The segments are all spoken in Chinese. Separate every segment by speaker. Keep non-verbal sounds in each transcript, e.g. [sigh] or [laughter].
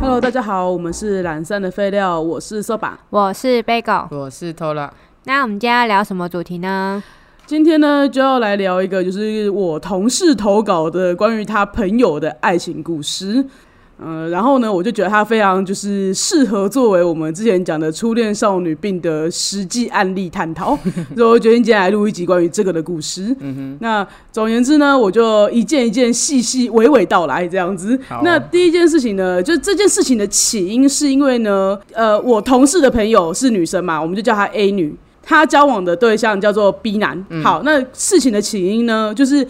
Speaker 1: Hello，大家好，我们是懒散的废料，我是色板。
Speaker 2: 我是 Bagel。
Speaker 3: 我是偷了，
Speaker 2: 那我们今天要聊什么主题呢？
Speaker 1: 今天呢，就要来聊一个，就是我同事投稿的关于他朋友的爱情故事。呃，然后呢，我就觉得他非常就是适合作为我们之前讲的初恋少女病的实际案例探讨， [laughs] 所以我决定今天来录一集关于这个的故事。那总而言之呢，我就一件一件细细娓娓道来这样子。
Speaker 3: 好
Speaker 1: 那第一件事情呢，就这件事情的起因是因为呢，呃，我同事的朋友是女生嘛，我们就叫她 A 女。她交往的对象叫做 B 男。好，那事情的起因呢，就是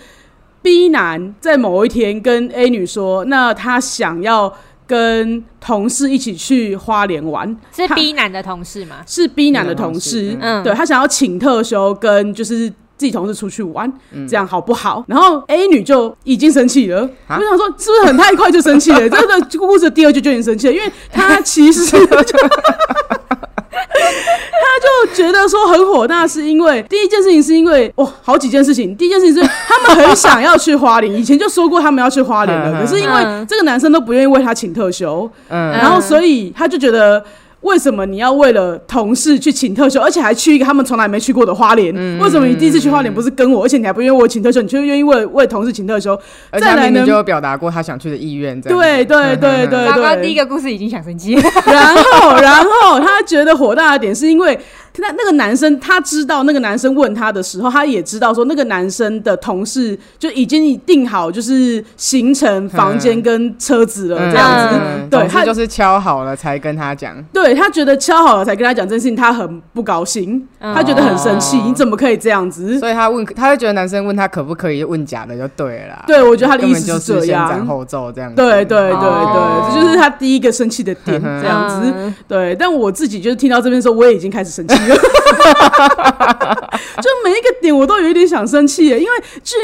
Speaker 1: B 男在某一天跟 A 女说，那他想要跟同事一起去花莲玩，
Speaker 2: 是
Speaker 1: 他
Speaker 2: B 男的同事吗？
Speaker 1: 是 B 男的
Speaker 3: 同
Speaker 1: 同
Speaker 3: 事
Speaker 1: 事，
Speaker 2: 嗯，
Speaker 1: 对，他想要请特休跟就是。自己同事出去玩，
Speaker 2: 嗯
Speaker 1: 这样好不好？然后 A 女就已经生气了，我
Speaker 3: 啊
Speaker 1: 想说是不是很太快就生气
Speaker 2: [laughs]
Speaker 1: 了？真的，故事的第二句就已经生气了，因为她其实
Speaker 2: [laughs]
Speaker 1: 就她就觉得说很火大，是因为第一件事情是因为哇，好几件事情。第一件事情是他们很想要去花莲，以前就说过他们要去花莲了，可是因为
Speaker 2: [laughs] 嗯
Speaker 1: 这个男生都不愿意为她请特休，
Speaker 3: 嗯，
Speaker 1: 然后所以他就觉得。为什么你要为了同事去请特休，而且还去一个他们从来没去过的花莲？
Speaker 3: 嗯
Speaker 1: 为什么你第一次去花莲不是跟我，而且你还不愿意为我请特休，你却愿意为为同事请特休？
Speaker 3: 而且
Speaker 1: 再
Speaker 3: 他
Speaker 1: 来
Speaker 3: 明明
Speaker 1: 呢
Speaker 3: 就有表达过他想去的意愿，这样嗯
Speaker 1: 对对对对
Speaker 2: 糟糕，第
Speaker 1: 对。
Speaker 2: 一个故事已经想生气了。
Speaker 1: 然后然后他觉得火大的点是因为那那个男生他知道那个男生问他的时候，他也知道说那个男生的同事就已经定好就是行程、房间跟车子了
Speaker 3: 嗯
Speaker 1: 这样子。
Speaker 3: 嗯
Speaker 1: 对
Speaker 3: 总之
Speaker 1: 他
Speaker 3: 就是敲好了才跟他讲，
Speaker 1: 对他觉得敲好了才跟他讲这件事情，他很不高兴，
Speaker 2: 嗯
Speaker 1: 他觉得很生气，
Speaker 3: 哦
Speaker 1: 你怎么可以这样子？
Speaker 3: 所以他问，他会觉得男生问他可不可以问假的就对了啦，
Speaker 1: 对，我觉得他的
Speaker 3: 根
Speaker 1: 意
Speaker 3: 本
Speaker 1: 思
Speaker 3: 就是
Speaker 1: 这
Speaker 3: 先斩
Speaker 1: 样。
Speaker 3: 后奏这样子，
Speaker 1: 对对对
Speaker 2: 哦
Speaker 1: 对，这就是他第一个生气的点，
Speaker 3: 嗯
Speaker 1: 这样子。
Speaker 2: 嗯
Speaker 1: 对，但我自己就是听到这边的时候，我也已经开始生气
Speaker 3: [laughs]
Speaker 1: 了，就每一个点我都有一点想生气耶，因为据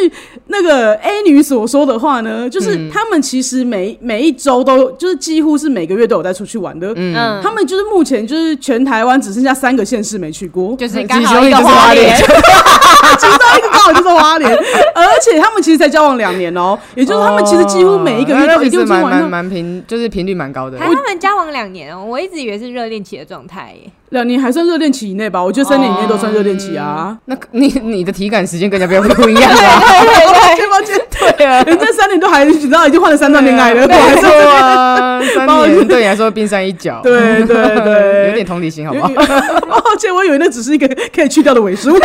Speaker 1: 那个 A 女所说的话呢，
Speaker 3: 嗯
Speaker 1: 就是他们其实每每一周都，就是几乎是每个月都有在出去玩的。
Speaker 2: 嗯
Speaker 1: 他们就是目前就是全台湾只剩下三个县市没去过，
Speaker 2: 就是
Speaker 3: 嗯
Speaker 2: 刚
Speaker 3: 其
Speaker 2: 好
Speaker 3: 中
Speaker 2: 一
Speaker 3: 一
Speaker 2: 个
Speaker 3: 个是
Speaker 2: 花
Speaker 3: 花
Speaker 2: 莲
Speaker 3: 莲，
Speaker 1: 其中一个刚好就是花莲，而且他们其实才交往两年哦、也就是他们其实几乎每一个
Speaker 3: 哦
Speaker 1: 月
Speaker 3: 那
Speaker 1: 都
Speaker 3: 其
Speaker 1: 一定会
Speaker 3: 实
Speaker 1: 去
Speaker 3: 蛮
Speaker 1: 玩
Speaker 3: 蛮
Speaker 1: 到。
Speaker 3: 蛮频，就是频率蛮高的
Speaker 2: 他。们交往两年哦，我一直以为是热恋期的状态耶。
Speaker 1: 两年还算热恋期以内吧，我觉得三年以内都算热恋期啊。
Speaker 3: 那你你的体感时间跟人家不不一样啊，
Speaker 1: [laughs] 对抱歉，
Speaker 3: 对啊，
Speaker 1: 人家三年都还，你知道已经换了三段恋爱了，我还
Speaker 3: 没
Speaker 1: 是
Speaker 3: 错啊，三
Speaker 1: 抱歉
Speaker 3: 年对你来说冰山一角，
Speaker 1: 对对对，
Speaker 3: [laughs]
Speaker 1: [laughs]
Speaker 3: 有点同理心好不好？
Speaker 1: 有抱歉，我以为那只是一个可以去掉的尾数， [laughs]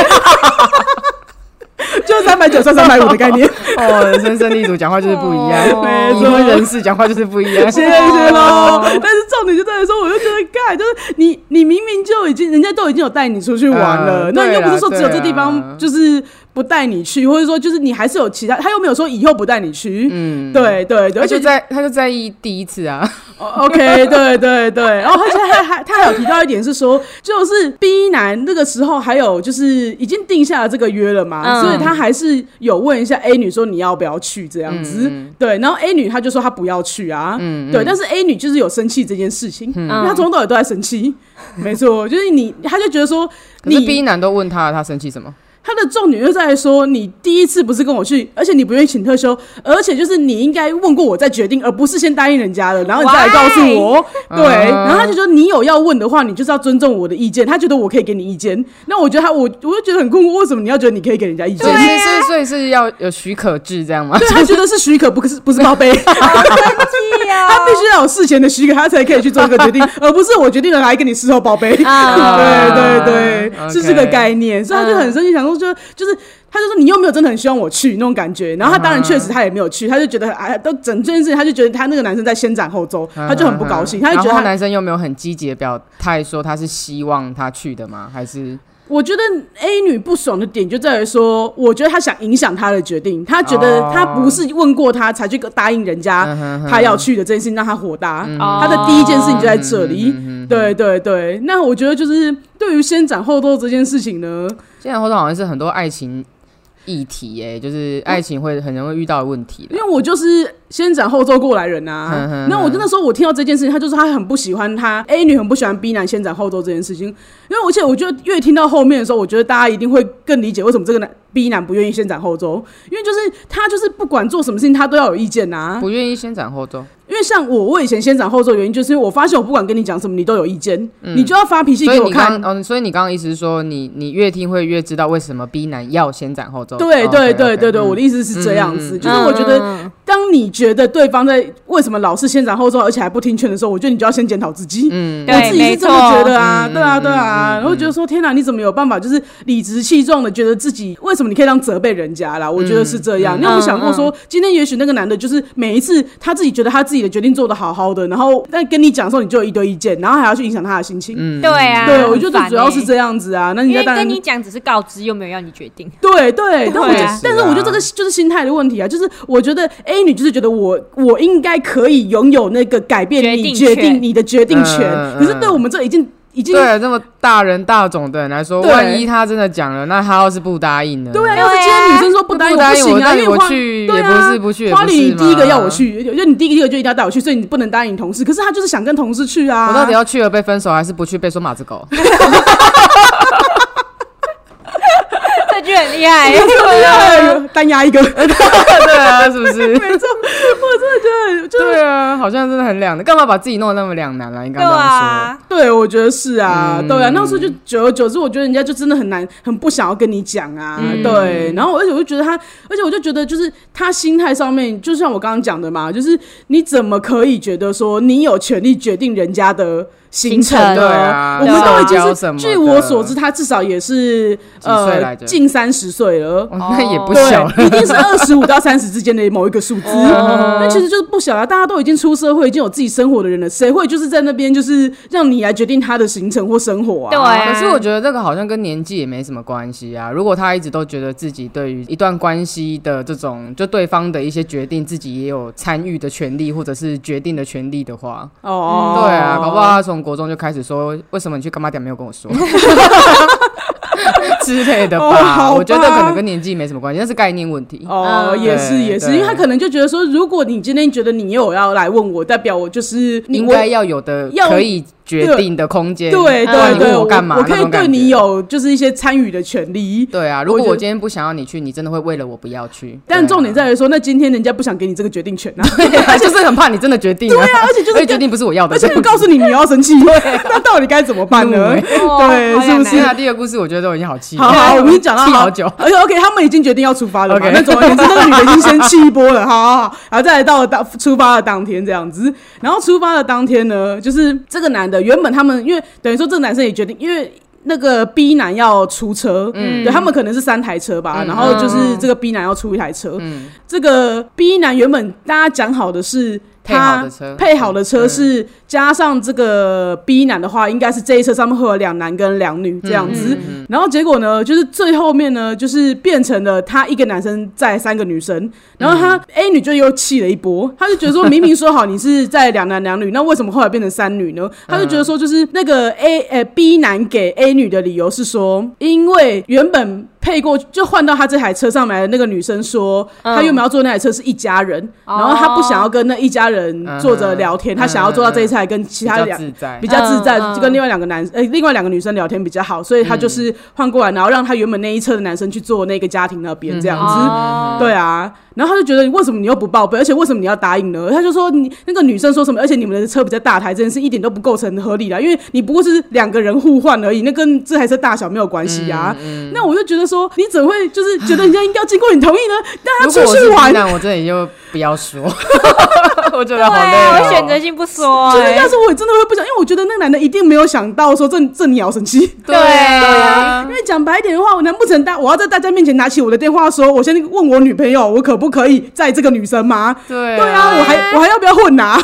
Speaker 1: 就三百九算三百五的概念。
Speaker 3: 哦，人生胜利组讲话就是不一样，
Speaker 1: 没
Speaker 3: 已
Speaker 1: 错
Speaker 3: 婚人士讲话就是不一样。
Speaker 1: 谢谢
Speaker 3: 啊
Speaker 1: 喽。但是重点就在于说，我就觉得，干，就是你，你明明就已经，人家都已经有带你出去玩了，
Speaker 3: 嗯
Speaker 1: 那你又不是说只
Speaker 3: 对啦
Speaker 1: 有这地
Speaker 3: 对啊啦
Speaker 1: 方就是不带你去，或者说就是你还是有其他，他又没有说以后不带你去。
Speaker 3: 嗯，
Speaker 1: 对对对，
Speaker 3: 他
Speaker 1: 而
Speaker 3: 就
Speaker 1: 且
Speaker 3: 在他就在意第一次啊，
Speaker 1: [laughs] 哦
Speaker 3: [laughs]
Speaker 1: OK，对对对，然后而且还还他还有提到一点是说，就是 B 男那个时候还有就是已经定下了这个约了嘛，
Speaker 2: 嗯
Speaker 1: 所以他还是有问一下 A 女说你要不要去这样子，
Speaker 3: 嗯
Speaker 1: 对，然后 A 女她就说她不要去啊，对，但是 A 女就是有生气这件事
Speaker 3: 嗯
Speaker 1: 情，因为她从头到尾都在生气，没错，就是你，她就觉得说
Speaker 3: 可是
Speaker 1: 你
Speaker 3: B 男都问他，他生气什么？
Speaker 1: 他的重点就在于说，你第一次不是跟我去，而且你不愿意请特休，而且就是你应该问过我再决定，而不是先答应人家的，然后你再来告诉我。对，
Speaker 3: 嗯
Speaker 1: 然后他就说你有要问的话，你就是要尊重我的意见。他觉得我可以给你意见，那我觉得他我我就觉得很困惑，为什么你要觉得你可以给人家意见
Speaker 3: 所？以是是所以是要有许可制这样吗？
Speaker 1: 对他觉得是许可，不是不是报备，他必须要有事前的许可，他才可以去做这个
Speaker 3: [laughs]
Speaker 1: 决定，而不是我决定了还跟你事后报备。对对对，
Speaker 3: 啊 OK
Speaker 1: 是这个概念，所以他就很生气，想说就就是。他就说你又没有真的很希望我去那种感
Speaker 3: 啊
Speaker 1: 觉，然后他当然确实他也没有去，他就觉得哎，都整件事情他就觉得他那个男生在先斩后奏，他就很不高兴，他就觉
Speaker 3: 啊嗯然
Speaker 1: 得
Speaker 3: 后
Speaker 1: 他，
Speaker 3: 男生又没有很积极的表态说他是希望他去的吗？还是
Speaker 1: 我觉得 A 女不爽的点就在于说，我觉得他想影响他的决定，他觉得
Speaker 3: 哦
Speaker 1: 他不是问过他才去答应人家
Speaker 3: 嗯
Speaker 1: 他要去的这件事情让他火大，
Speaker 2: 哦
Speaker 1: 他的第一件事情就在这
Speaker 3: 嗯
Speaker 1: 里，对对对，那我觉得就是对于先斩后奏这件事情呢，
Speaker 3: 现在后头好像是很多爱情议题耶、就是爱情会很容易遇到的问题
Speaker 1: 因
Speaker 3: 的。
Speaker 1: 为我就是先斩后奏过来人
Speaker 3: 嗯
Speaker 1: 啊
Speaker 3: 哼。
Speaker 1: 那我就那时候我听到这件事情，他就是他很不喜欢他 A 女很不喜欢 B 男先斩后奏这件事情，因为而且我觉得越听到后面的时候，我觉得大家一定会更理解为什么这个男 B 男不愿意先斩后奏，因为就是他就是不管做什么事情他都要有意见呐、啊。
Speaker 3: 不愿意先斩后奏，
Speaker 1: 因为像我，我以前先斩后奏，原因就是因为我发现我不管跟你讲什么，你都有意见，你就要发脾气
Speaker 3: 嗯所
Speaker 1: 给
Speaker 3: 以
Speaker 1: 我
Speaker 3: 你
Speaker 1: 看
Speaker 3: 刚。嗯、所以你刚刚意思是说，你你越听会越知道为什么 B 男要先斩后奏。
Speaker 1: 对
Speaker 3: 哦
Speaker 1: 对
Speaker 3: OK，OK，
Speaker 1: 对对对，
Speaker 3: 嗯
Speaker 1: 我的意思是这样子，就是我觉得
Speaker 2: 得
Speaker 1: 当你觉得对方在为什么老是先斩后奏，而且还不听劝的时候，我觉得你就要先检讨自己。
Speaker 3: 嗯
Speaker 1: 我
Speaker 2: 对
Speaker 1: 自己
Speaker 2: 没
Speaker 1: 是这
Speaker 2: 错
Speaker 1: 么觉得啊，
Speaker 3: 嗯
Speaker 1: 对啊，对啊，
Speaker 3: 嗯嗯
Speaker 1: 然后觉得说天哪，你怎么有办法就是理直气壮的觉得自己为什么你可以让责备人家啦？我觉得是这样。你有没有想过说，今天也许那个男的就是每一次他自己觉得他自己的决定做得好好的，然后但跟你讲的时候你就有一堆意见，然后还要去影响他的心情。
Speaker 3: 嗯
Speaker 2: 对啊，
Speaker 1: 对，我觉
Speaker 2: 很
Speaker 1: 得
Speaker 2: 烦
Speaker 1: 主要
Speaker 2: 欸
Speaker 1: 是这样子啊。那人
Speaker 2: 因
Speaker 1: 家
Speaker 2: 为
Speaker 1: 当然
Speaker 2: 跟你讲只是告知，又没有要你决定。
Speaker 1: 对对，但我觉
Speaker 2: 对
Speaker 1: 得，
Speaker 2: 啊
Speaker 1: 但是我觉得这个就是心态的问题啊，就是我觉得 A 女就是觉得我我应该可以拥有那个改变你
Speaker 2: 决
Speaker 1: 决
Speaker 2: 定权
Speaker 1: 定你的决定权，
Speaker 3: 嗯嗯
Speaker 1: 可是对我们这已经已经
Speaker 3: 对，这么大人大种的人来说，
Speaker 1: 对
Speaker 3: 万一他真的讲了，那他要是不答应呢？
Speaker 1: 对啊，
Speaker 2: 对
Speaker 1: 要是今天女生说不
Speaker 3: 不
Speaker 1: 答应
Speaker 3: 答应
Speaker 1: 行
Speaker 3: 我，
Speaker 1: 啊，
Speaker 3: 那
Speaker 1: 因为
Speaker 3: 我
Speaker 1: 花
Speaker 3: 去
Speaker 1: 对
Speaker 3: 也不
Speaker 1: 啊
Speaker 3: 是，不去也
Speaker 1: 花
Speaker 3: 不
Speaker 1: 里你
Speaker 3: 是
Speaker 1: 第一个要
Speaker 3: 嘛
Speaker 1: 我，去，就就你第一个就一定要带我去，所以你不能答应同事，可是她就是想跟同事去啊，
Speaker 3: 我到底要去了被分手，还是不去被说马子
Speaker 1: [laughs]
Speaker 3: 狗？
Speaker 2: 这句很厉害，
Speaker 1: 对啊单压一个，没
Speaker 3: 对啊，是不 [laughs] 是？
Speaker 1: 错，我真的觉得就是
Speaker 3: 对啊，好像真的很两难，干嘛把自己弄得那么两难了？你
Speaker 2: 对
Speaker 3: 刚刚这样说，
Speaker 2: 啊，
Speaker 1: 对，我觉得是啊，
Speaker 3: 嗯
Speaker 1: 对啊，那时候就久而久之，我觉得人家就真的很难，很不想要跟你讲啊，
Speaker 3: 嗯
Speaker 1: 对。然后，而且我就觉得他，而且我就觉得，就是他心态上面，就像我刚刚讲的嘛，就是你怎么可以觉得说你有权利决定人家的行程
Speaker 2: 行
Speaker 1: 呢？
Speaker 2: 程
Speaker 3: 对啊
Speaker 1: 我们都已
Speaker 3: 社交
Speaker 1: 经
Speaker 3: 什
Speaker 1: 是，
Speaker 3: 么
Speaker 1: 据
Speaker 3: 的
Speaker 1: 我所知，他至少也是
Speaker 3: 几岁来
Speaker 1: 呃
Speaker 3: 着
Speaker 1: 近三十岁了。
Speaker 3: 哦那也不小了。
Speaker 1: 对，一定是二十五到三十之间的某一个数字。
Speaker 3: [laughs]
Speaker 2: 哦
Speaker 1: 那其实就是不小了，大家都已经出社会，已经有自己生活的人了，谁会就是在那边就是让你来决定他的行程或生活啊？
Speaker 2: 对啊
Speaker 3: 可是我觉得这个好像跟年纪也没什么关系啊。如果他一直都觉得自己对于一段关系的这种，就对方的一些决定，自己也有参与的权利，或者是决定的权利的话，
Speaker 1: 哦，
Speaker 3: 对啊，搞不好他从国中就开始说，为什么你去干嘛点没有跟我说 [laughs] 之类的
Speaker 1: 哦
Speaker 3: 吧？
Speaker 1: 好吧
Speaker 3: 我觉得可能跟年纪没什么关系，那是概念问题。
Speaker 1: 哦，
Speaker 2: 嗯
Speaker 1: 也是
Speaker 3: 对
Speaker 1: 也是，
Speaker 3: 对
Speaker 1: 因为他可能就觉得说，如果你今天觉得你有要来问我，代表我就是你
Speaker 3: 应
Speaker 1: 我
Speaker 3: 该要有的
Speaker 1: 要
Speaker 3: 可以决定的空间。
Speaker 1: 对
Speaker 2: 不
Speaker 1: 对
Speaker 2: 然
Speaker 3: 嗯你问
Speaker 1: 对，
Speaker 3: 我
Speaker 1: 我
Speaker 3: 干嘛
Speaker 1: 我可
Speaker 3: 那
Speaker 1: 以
Speaker 3: 种感
Speaker 1: 对
Speaker 3: 觉
Speaker 1: 你有就是一些参与的权利。
Speaker 3: 对啊，如果
Speaker 1: 我觉
Speaker 3: 我
Speaker 1: 得
Speaker 3: 今天不想要你去，你真的会为了我不要去。
Speaker 1: 但
Speaker 3: 对啊
Speaker 1: 重点在于说，那今天人家不想给你这个决定
Speaker 3: [laughs]
Speaker 1: 权啊，
Speaker 3: 对啊，就是很怕你真的决定、啊。对啊，
Speaker 1: 而且就是
Speaker 3: 而且决定不是我要的，啊
Speaker 1: 而且又告诉你你要生气， [laughs] 那到底该怎么办
Speaker 3: 怒
Speaker 1: 呢
Speaker 2: 哦
Speaker 3: 欸？
Speaker 2: 对
Speaker 1: 是不
Speaker 3: 不
Speaker 1: 是
Speaker 3: 是啊，第二个故事我觉得都已经好气了。
Speaker 1: 好
Speaker 3: [laughs]
Speaker 1: 好，我们讲到
Speaker 3: 气好
Speaker 1: 好
Speaker 3: 久，
Speaker 1: 而且 OK，他们已经决定要出发了嘛。
Speaker 3: OK
Speaker 1: 那总而言之，那个女的已经先气一波了，好好好，然后再来到了当出发的当天这样子。然后出发的当天呢，就是这个男的原本他们因为等于说这个男生也决定，因为。那个 B 男要出车，
Speaker 3: 嗯
Speaker 1: 对他们可能是三台车吧，
Speaker 3: 嗯
Speaker 1: 然后就是这个 B 男要出一台车，
Speaker 3: 嗯，
Speaker 1: 这个 B 男原本大家讲好的是
Speaker 3: 配好
Speaker 1: 他
Speaker 3: 的车，嗯
Speaker 1: 配好的车是加上这个 B 男的话，应该是这一车上面会有两男跟两女这样子。
Speaker 3: 嗯
Speaker 1: 然后结果呢，就是最后面呢，就是变成了他一个男生载三个女生，然后他
Speaker 3: 嗯
Speaker 1: A 女就又气了一波，他就觉得说明明说好你是在两男两女，那为什么后来变成三女呢？他就觉得说就是那个 A 呃 B 男给 A 女的理由是说，因为原本。配过就换到他这台车上来的那个女生说，
Speaker 2: 嗯
Speaker 1: 她原本要坐那台车是一家人，
Speaker 2: 哦
Speaker 1: 然后她不想要跟那一家人坐着聊天，
Speaker 3: 嗯
Speaker 1: 她想要坐到这一台跟其
Speaker 3: 比
Speaker 1: 他
Speaker 3: 较
Speaker 1: 两
Speaker 3: 自在
Speaker 1: 比。较自在，
Speaker 2: 嗯嗯
Speaker 1: 就跟另外两个男呃另外两个女生聊天比较好，所以他
Speaker 3: 嗯
Speaker 1: 就是换过来，然后让他原本那一车的男生去坐那个家庭那
Speaker 3: 嗯
Speaker 1: 边这样子。
Speaker 2: 哦
Speaker 1: 对啊，然后他就觉得为什么你又不报备，而且为什么你要答应呢？他就说你那个女生说什么，而且你们的车比较大台，这件事一点都不构成合理啦，因为你不过是两个人互换而已，那跟这台车大小没有关系啊。
Speaker 3: 嗯
Speaker 1: 那我就觉得说，你怎么会就是觉得人家应该要经过你同意呢？带他
Speaker 3: 如果
Speaker 1: 出
Speaker 3: 我
Speaker 1: 去
Speaker 3: 是
Speaker 1: 玩
Speaker 3: 冰，男，我真的也就不要说， [laughs] 我觉
Speaker 2: 对
Speaker 3: 得好累
Speaker 2: 啊，
Speaker 3: 哦。
Speaker 2: 我选择性不说
Speaker 1: 就是
Speaker 2: 欸，
Speaker 1: 要是我也真的会不想，因为我觉得那个男的一定没有想到说这这鸟生气。
Speaker 3: 对
Speaker 2: 对
Speaker 3: 啊
Speaker 1: 因，为讲白一点的话，我难不成大我要在大家面前拿起我的电话说，我先问我女朋友，我可不可以载这个女生吗？
Speaker 3: 对
Speaker 1: 对啊，我还我还要不要混啊？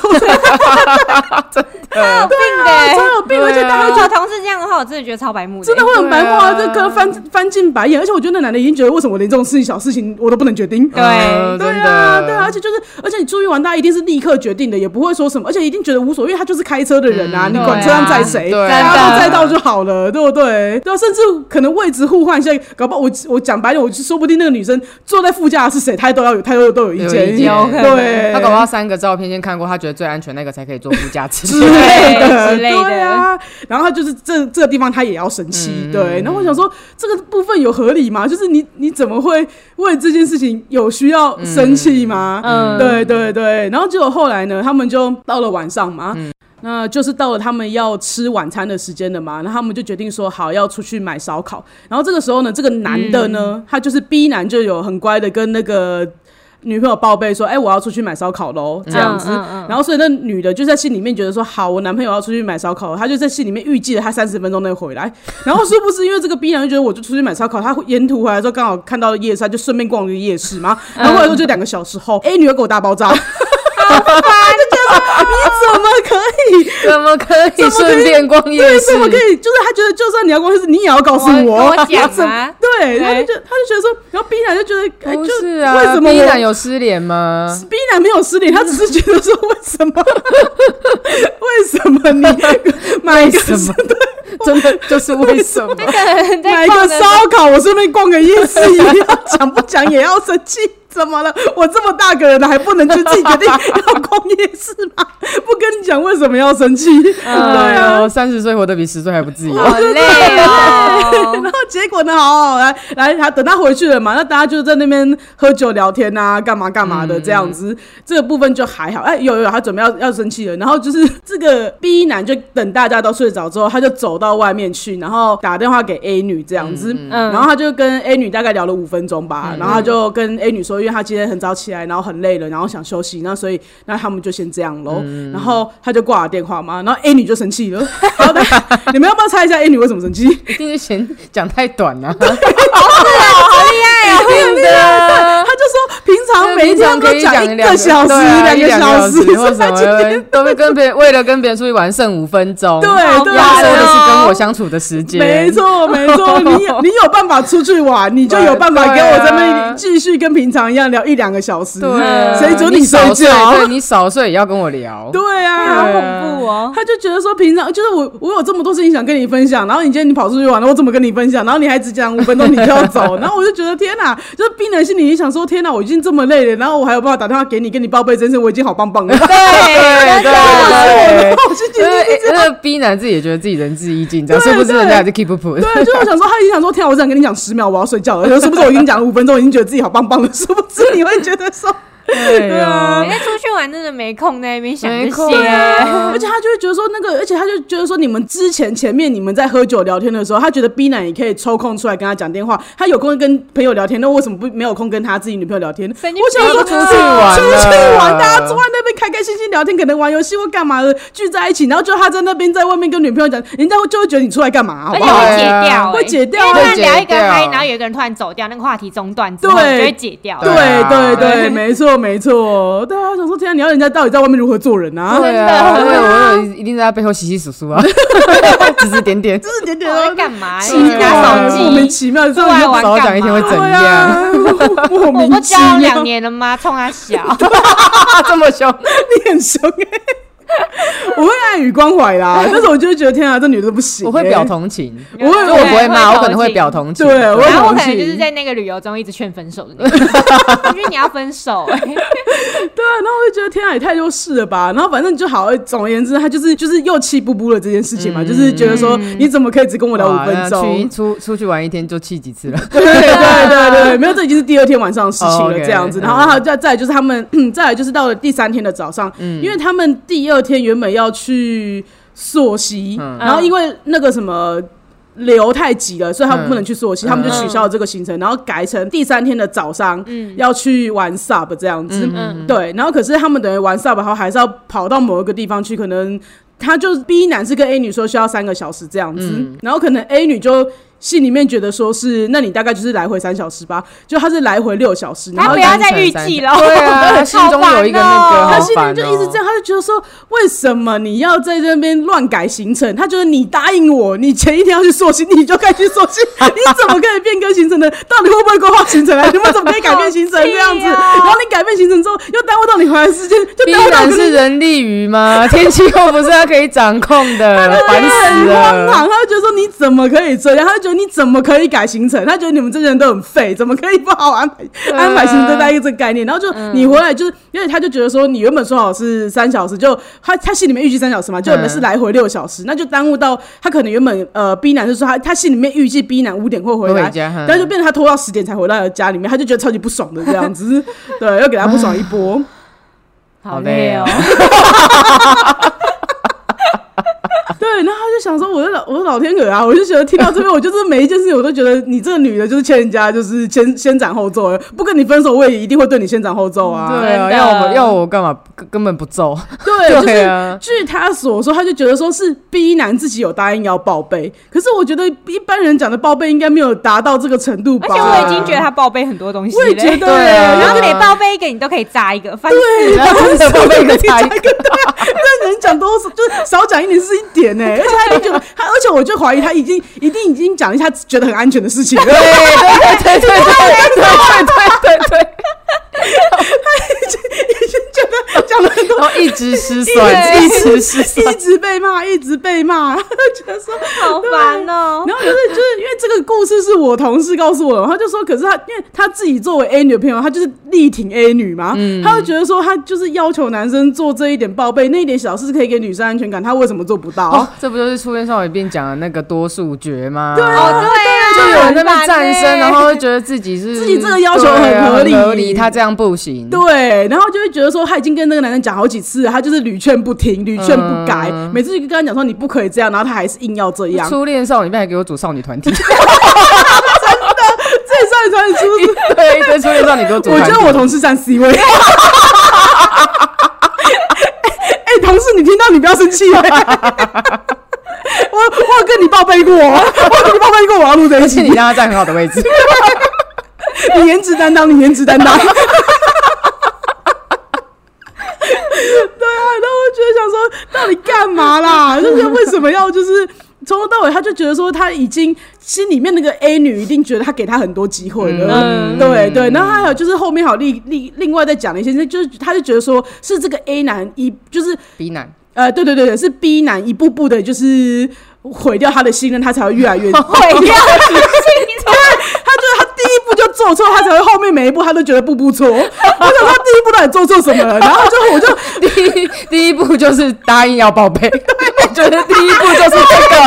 Speaker 2: 他有病
Speaker 1: 真
Speaker 2: 的。
Speaker 1: 的有病，
Speaker 3: 对啊
Speaker 1: 而且大家
Speaker 2: 如
Speaker 1: 会觉
Speaker 2: 果
Speaker 1: 得。
Speaker 2: 同事这样的话，我真的觉得超白目的欸。
Speaker 1: 真的会很白目啊，
Speaker 3: 对啊
Speaker 1: 这跟翻翻进白眼，而且我觉得那男的已经觉得，为什么我连这种事情小事情我都不能决定？
Speaker 2: 对
Speaker 3: 嗯
Speaker 1: 对
Speaker 3: 真
Speaker 1: 啊，对啊，而
Speaker 3: 的，
Speaker 1: 且就是，而且你出去玩，大家一定是立刻决定的，也不会说什么，而且一定觉得无所谓，因为他就是开车的人啊，
Speaker 3: 嗯
Speaker 1: 你管车
Speaker 2: 对啊
Speaker 1: 上载谁，
Speaker 3: 对
Speaker 1: 大家
Speaker 2: 真的
Speaker 1: 都载到就好了，对不对？对啊，甚至可能位置互换一下，搞不好我我讲白了，我说不定那个女生坐在副驾的是谁，她都要有，她都都有意
Speaker 3: 有
Speaker 1: 见，
Speaker 3: 意见有可
Speaker 2: 能
Speaker 1: 对，
Speaker 3: 他搞不好三个照片先看过，他觉得最安全那个才可以坐副驾
Speaker 1: [laughs]
Speaker 3: 驶。
Speaker 1: 之类的
Speaker 2: 之类的
Speaker 1: 对啊。然后他就是这这个地方他也要生气，
Speaker 3: 嗯
Speaker 1: 对。然后我想说这个部分有合理吗？就是你你怎么会为这件事情有需要生气吗？
Speaker 2: 嗯
Speaker 1: 对对对。然后结果后来呢，他们就到了晚上嘛，
Speaker 2: 嗯
Speaker 1: 那就是到了他们要吃晚餐的时间了嘛，那他们就决定说好要出去买烧烤。然后这个时候呢，这个男
Speaker 2: 嗯
Speaker 1: 的呢，他就是 B 男就有很乖的跟那个女朋友报备说，哎、我要出去买烧烤喽，这样子。
Speaker 2: 嗯嗯
Speaker 1: 然后所以那女的就在心里面觉得说，好，我男朋友要出去买烧烤了，她就在心里面预计了他三十分钟内回来。然后殊不知因为这个 B 男就觉得我就出去买烧烤，他沿途回来之后刚好看到夜市，他就顺便逛了个夜市嘛。然后后来说就两个小时后，A 哎女儿给我大爆炸，就觉得你怎么可以？
Speaker 3: [laughs] 怎么可以顺便逛夜
Speaker 1: 对，
Speaker 3: 市
Speaker 1: 怎？么可以？就是他觉得，就算你要逛夜市，你也要告诉
Speaker 2: 跟
Speaker 1: 我，
Speaker 2: 我讲
Speaker 1: 怎么
Speaker 2: 啊，
Speaker 1: 对，他
Speaker 2: 哎
Speaker 1: 就觉得他就觉得说，然后 B 男就觉得，哎，
Speaker 3: 不
Speaker 1: 就是
Speaker 3: 啊，
Speaker 1: 为什么
Speaker 3: B 男
Speaker 1: 我
Speaker 3: 有失联吗？
Speaker 1: B 男没有失联，他只是觉得说， [laughs] 为什么，为什么
Speaker 3: [laughs]
Speaker 1: 你买 [laughs]
Speaker 3: 为
Speaker 1: 个
Speaker 3: 什么？真的就是为什
Speaker 1: [laughs]
Speaker 3: 么？
Speaker 2: 那个
Speaker 1: 买
Speaker 2: 在
Speaker 1: 一
Speaker 2: 逛
Speaker 1: 个
Speaker 2: 的
Speaker 1: 烧烤，我顺便逛个夜市也要讲不讲也要生气。怎么了？我这么大个人了，还不能就自己决定要逛夜市吗？ [laughs] 不跟你讲为什么要生
Speaker 2: [laughs] 嗯
Speaker 1: 气？对啊，
Speaker 3: 哎三十岁活得比十岁还不自由。
Speaker 2: 好累哦，
Speaker 1: [laughs] 然后结果呢？好，来来，他等他回去了嘛，那大家就在那边喝酒聊天啊，干嘛干
Speaker 2: 嗯
Speaker 1: 嘛的这样子，这个部分就还好。哎，有有，他准备要要生气了，然后就是这个 B 男就等大家都睡着之后，他就走到外面去，然后打电话给 A 女这样子，
Speaker 2: 嗯
Speaker 1: 然后他就跟 A 女大概聊了五分钟吧，然后他就跟 A 女说，因为他今天很早起来，然后很累了，然后想休息，那所以那他们就先这样喽。
Speaker 2: 嗯
Speaker 1: 然后他就挂了电话嘛，然后 A 女就生气了。 [laughs] 然后大家 [laughs] 你们要不要猜一下 A 女为什么生气？
Speaker 3: [laughs] 一定是嫌讲太短啊
Speaker 1: [laughs]
Speaker 3: 了、
Speaker 1: 啊
Speaker 2: 真
Speaker 1: 他
Speaker 3: 啊
Speaker 2: 的，
Speaker 1: 就说平常每一天都
Speaker 3: 可以
Speaker 1: 讲
Speaker 3: 讲
Speaker 1: 一个小时、两
Speaker 3: 啊个
Speaker 1: 个小时，
Speaker 3: [laughs]
Speaker 1: [laughs]
Speaker 3: 或
Speaker 1: 是
Speaker 3: 什
Speaker 1: 他今
Speaker 3: 么
Speaker 1: 天
Speaker 3: 都会跟别人为了跟别人出去玩剩五分钟， [laughs]
Speaker 1: 对对
Speaker 3: 压缩啊的
Speaker 2: 对
Speaker 3: 是
Speaker 2: 哦
Speaker 3: 跟我相处的时间，
Speaker 1: 没错没错，你有你有办法出去玩，你就有办法
Speaker 3: 对
Speaker 1: 给我这
Speaker 3: 对啊
Speaker 1: 边继续跟平常一样聊一两个小时。
Speaker 3: 对啊，
Speaker 1: 谁准你
Speaker 3: 少
Speaker 1: 睡
Speaker 3: 睡
Speaker 1: 觉
Speaker 3: 对你少睡也要跟我聊，
Speaker 1: 对 [laughs]
Speaker 2: 好
Speaker 1: 啊。
Speaker 3: 对
Speaker 2: 恐怖哦，
Speaker 1: 他就觉得说，平常就是我，我有这么多事情想跟你分享，然后你今天你跑出去玩了，我怎么跟你分享？然后你还只讲五分钟你就要走，然后我就觉得天哪，就是冰人心里也想说，天哪，我已经这么累了，然后我还有办法打电话给你，跟你报备这件事，我已经好棒棒了。
Speaker 2: 对啊
Speaker 1: 是
Speaker 2: 真
Speaker 3: 对
Speaker 2: 的，
Speaker 1: 我的
Speaker 3: 对哎
Speaker 1: 话，我心情
Speaker 3: 因
Speaker 1: 就
Speaker 3: 为那个 B 男自己也觉得自己仁至义尽，这样
Speaker 1: 对
Speaker 3: 是不是人
Speaker 1: 对
Speaker 3: 家还是 keep up？
Speaker 1: 对，就是我想说，他已经想说，天啊，我只想跟你讲十秒，我要睡觉了。是不是我已经讲了五分钟，已经觉得自己好棒棒了？是不是你会觉得说，
Speaker 3: 对啊
Speaker 2: 人，家出去玩真的没
Speaker 1: 啊
Speaker 2: 空在那边想
Speaker 3: 没
Speaker 2: 这
Speaker 3: 空
Speaker 2: 些，
Speaker 3: 啊
Speaker 1: [laughs] 而且他就会觉得说那个，而且他就觉得说，你们之前前面你们在喝酒聊天的时候，他觉得 B 男也可以抽空出来跟他讲电话，他有空跟朋友聊天，那为什么不没有空跟他自己女朋友聊天？
Speaker 2: 神经
Speaker 1: 我想说
Speaker 2: 病
Speaker 3: 出去玩
Speaker 1: 出
Speaker 3: 了
Speaker 1: 去玩，大家坐在那边开开心心聊天，可能玩游戏或干嘛的，聚在一起，然后就他在那边在外面跟女朋友讲，人家就会觉得你出来干嘛，好
Speaker 2: 而
Speaker 1: 不
Speaker 2: 且
Speaker 1: 好？
Speaker 2: 会解掉、
Speaker 1: 会解掉
Speaker 2: 欸，因为突
Speaker 3: 会
Speaker 2: 然
Speaker 3: 解
Speaker 2: 聊一个
Speaker 3: 掉
Speaker 2: 嗨，然后有一个人突然走掉，那个话题中断之后，
Speaker 1: 对
Speaker 2: 你就会解掉。
Speaker 1: 对对
Speaker 3: 对
Speaker 2: 对
Speaker 1: 对，没错没错，对啊，我想说天啊，你要人家到底在外面如何做人啊？
Speaker 3: 对啊，因为我有一定在他背后洗洗数数啊， [laughs] 指指点点，
Speaker 1: 就是点点
Speaker 2: 我
Speaker 1: 啊
Speaker 2: 在哦干嘛？
Speaker 1: 奇
Speaker 2: 你拿
Speaker 1: 怪，
Speaker 2: 手
Speaker 1: 莫名
Speaker 2: 机。
Speaker 1: 其妙，这
Speaker 2: 出来玩
Speaker 3: 少讲一天会怎
Speaker 1: 对
Speaker 3: 样？
Speaker 1: 啊，莫
Speaker 2: 我
Speaker 1: 名
Speaker 2: 不
Speaker 1: 其
Speaker 2: 交
Speaker 1: 妙
Speaker 2: 两，年了吗？冲他小，
Speaker 3: 啊， [laughs] 这么凶，
Speaker 1: 你很凶哎。 [laughs] 我会爱与关怀啦，但是我就会觉得天啊，这女的不行欸。
Speaker 3: 我会表同情，
Speaker 1: [laughs] 我会
Speaker 3: 就
Speaker 2: 啊
Speaker 3: 我不会骂，我可能会表
Speaker 2: 同。
Speaker 3: 同情，
Speaker 1: 对我会
Speaker 2: 然后我
Speaker 1: 同
Speaker 2: 可能
Speaker 1: 情
Speaker 2: 就是在那个旅游中一直劝分手的那个，
Speaker 1: [laughs]
Speaker 2: 因为你要分手、 [laughs] 欸，
Speaker 1: 对啊，然后我就觉得天啊，也太弱势了吧。然后反正就好，总而言之，他就是就是又气不不了这件事情嘛，就是觉得说你怎么可以只跟我聊五
Speaker 3: 哇
Speaker 1: 分
Speaker 3: 那
Speaker 1: 钟
Speaker 3: 去？出出去玩一天就气几次了？
Speaker 1: 对对对对，没有，这已经是第二天晚上的事情
Speaker 3: 哦
Speaker 1: 了，
Speaker 3: ，OK，
Speaker 1: 这样子。
Speaker 3: 嗯嗯
Speaker 1: 然后还有再再来就是他们， [clears throat] 再来就是到了第三天的早上，因为他们第二天原本要去溯溪，
Speaker 3: 嗯
Speaker 1: 然后因为那个什么。流太急了，所以他们不能去溯溪，
Speaker 3: 嗯
Speaker 1: 他们就取消了这个行程，然后改成第三天的早上、
Speaker 2: 嗯
Speaker 1: 要去玩 SUP 这样子。
Speaker 2: 嗯，
Speaker 1: 对，然后可是他们等于玩 SUP 后还是要跑到某一个地方去，可能他就是 B 男是跟 A 女说需要三个小时这样子，
Speaker 2: 嗯
Speaker 1: 然后可能 A 女就心里面觉得说是，那你大概就是来回三小时吧，就他是来回六小时，然
Speaker 2: 他
Speaker 1: 后
Speaker 2: 不要再预计了，
Speaker 3: 对啊，他心中有一个那个，
Speaker 1: 他
Speaker 3: 好
Speaker 1: 心里
Speaker 3: 烦
Speaker 1: 面就一直
Speaker 3: 哦
Speaker 1: 这样，他就觉得说，为什么你要在这边乱改行程？他觉得你答应我，你前一天要去溯溪，你就该去溯
Speaker 2: [laughs]
Speaker 1: 溪，你怎么可以变更行程呢？到底会不会规划行程啊？你们怎么可以改变行程这样子？
Speaker 2: 好气哦
Speaker 1: 然后你改变行程之后，又耽误到你回来的时间，就
Speaker 3: 必
Speaker 1: 耽误到
Speaker 3: 然
Speaker 1: 可能
Speaker 3: 是人力鱼吗？天气又不是他可以掌控的，烦死
Speaker 1: 啊荒
Speaker 3: 了。
Speaker 1: 唐，他就觉得说你怎么可以这样？他就觉得你怎么可以改行程？他觉得你们这些人都很废，怎么可以不好好安排、
Speaker 3: 啊
Speaker 1: 安排行程？大概这个概念。然后就
Speaker 3: 嗯
Speaker 1: 你回来就是，因为他就觉得说你原本说好是三小时，就他他心里面预计三小时嘛，就我们是来回六小时，那就耽误到他可能原本呃 B 男是说他他心里面预计呃 B
Speaker 3: 嗯
Speaker 1: 男五点会回来
Speaker 3: 会回家嗯，
Speaker 1: 但就变成他拖到十点才回到家里面，他就觉得超级不爽的这样子，对，要给他不爽一波。
Speaker 3: 好累哦。
Speaker 1: 啊对，然后他就想说我是老我是老天鹅啊，我就觉得听到这边，我就是每一件事情我都觉得你这个女的就是欠人家就是先先斩后奏，不跟你分手我也一定会对你先斩后奏啊。
Speaker 3: 对啊，
Speaker 2: 真的
Speaker 3: 要我要我干嘛？根根本不揍。 [laughs]
Speaker 1: 对，就是
Speaker 3: 啊，
Speaker 1: 据他所说，他就觉得说是 B 男自己有答应要报备，可是我觉得一般人讲的报备应该没有达到这个程度吧。
Speaker 2: 而且我已经觉得他报备很多东西
Speaker 1: 我
Speaker 2: 了，
Speaker 1: 也觉得
Speaker 3: 对啊
Speaker 2: 然后每报备一个，你都可以炸一个，烦死了。
Speaker 3: 然后真的被一个猜。
Speaker 1: 那能讲多少就是少讲一点是一点欸呢、而且他已经觉得他，而且我就怀疑他已经一定已经讲一下觉得很安全的事情了 [laughs]
Speaker 3: 对对对对对对对对。对对
Speaker 1: 觉得讲了
Speaker 3: [laughs]
Speaker 1: 很多，
Speaker 2: [laughs]
Speaker 3: 然后哦一直失算，一直失算
Speaker 1: 一，直被骂，一直被骂，觉得说
Speaker 2: 好烦哦、
Speaker 1: [laughs] 然后就是就是因为这个故事是我同事告诉我的，他就说，可是他因为他自己作为 A 女的朋友，他就是力挺 A 女嘛，他就觉得说他就是要求男生做这一点报备，那一点小事可以给女生安全感，他为什么做不到？
Speaker 3: 哦，这不就是初恋少女病讲的那个多数决吗？对
Speaker 2: 哦，对
Speaker 3: 就
Speaker 2: 啊，
Speaker 3: 有人在那边
Speaker 2: 很烦
Speaker 3: 战
Speaker 2: 欸
Speaker 3: 声，然后会觉得自己是
Speaker 1: [laughs] 自己这个要求很合理
Speaker 3: 对啊很合理，他这样不行。
Speaker 1: 对，啊然后就会觉得说他已经跟那个男生讲好几次了，他就是屡劝不听，屡劝不改，每次就跟他讲说你不可以这样，然后他还是硬要这样，
Speaker 3: 初恋少女病还给我组少女团体，
Speaker 1: [laughs]
Speaker 3: [laughs]
Speaker 1: 这算算出 [laughs]
Speaker 3: 对，一堆初恋少女给我组
Speaker 1: 我
Speaker 3: 团体。
Speaker 1: 觉得我同事占 C [laughs] 位。哎、哎同事，你听到你不要 [laughs] 生气、我我有跟你报备过，哦我有跟你报备过我要录这一
Speaker 3: 而且
Speaker 1: 期。
Speaker 3: 你让他在很好的位置，
Speaker 1: [laughs] 你颜值担当，你颜值担当。对啊，啊然后我觉得想说，到底干嘛啦？就是为什么要就是。从头到尾，他就觉得说他已经心里面那个 A 女一定觉得他给他很多机会了，
Speaker 2: 嗯
Speaker 1: 对对。然后还有就是后面还有另另另外再讲了一些，就是他就觉得说是这个 A 男一就是
Speaker 3: 比男 [laughs]
Speaker 1: 呃，对对对对，是 B 男一步步的就是毁掉他的信任，他才会越来 [laughs] 越
Speaker 2: [laughs] 毁掉
Speaker 1: [laughs]
Speaker 2: 自信，
Speaker 1: 他觉得他第一步就做错，他才会后面每一步他都觉得步步错。我想他第一步到底做错什么
Speaker 2: [laughs]
Speaker 1: 了？然后就我就
Speaker 3: 第一第一步就是答应要报备， [laughs] 我觉得第一步就是这个。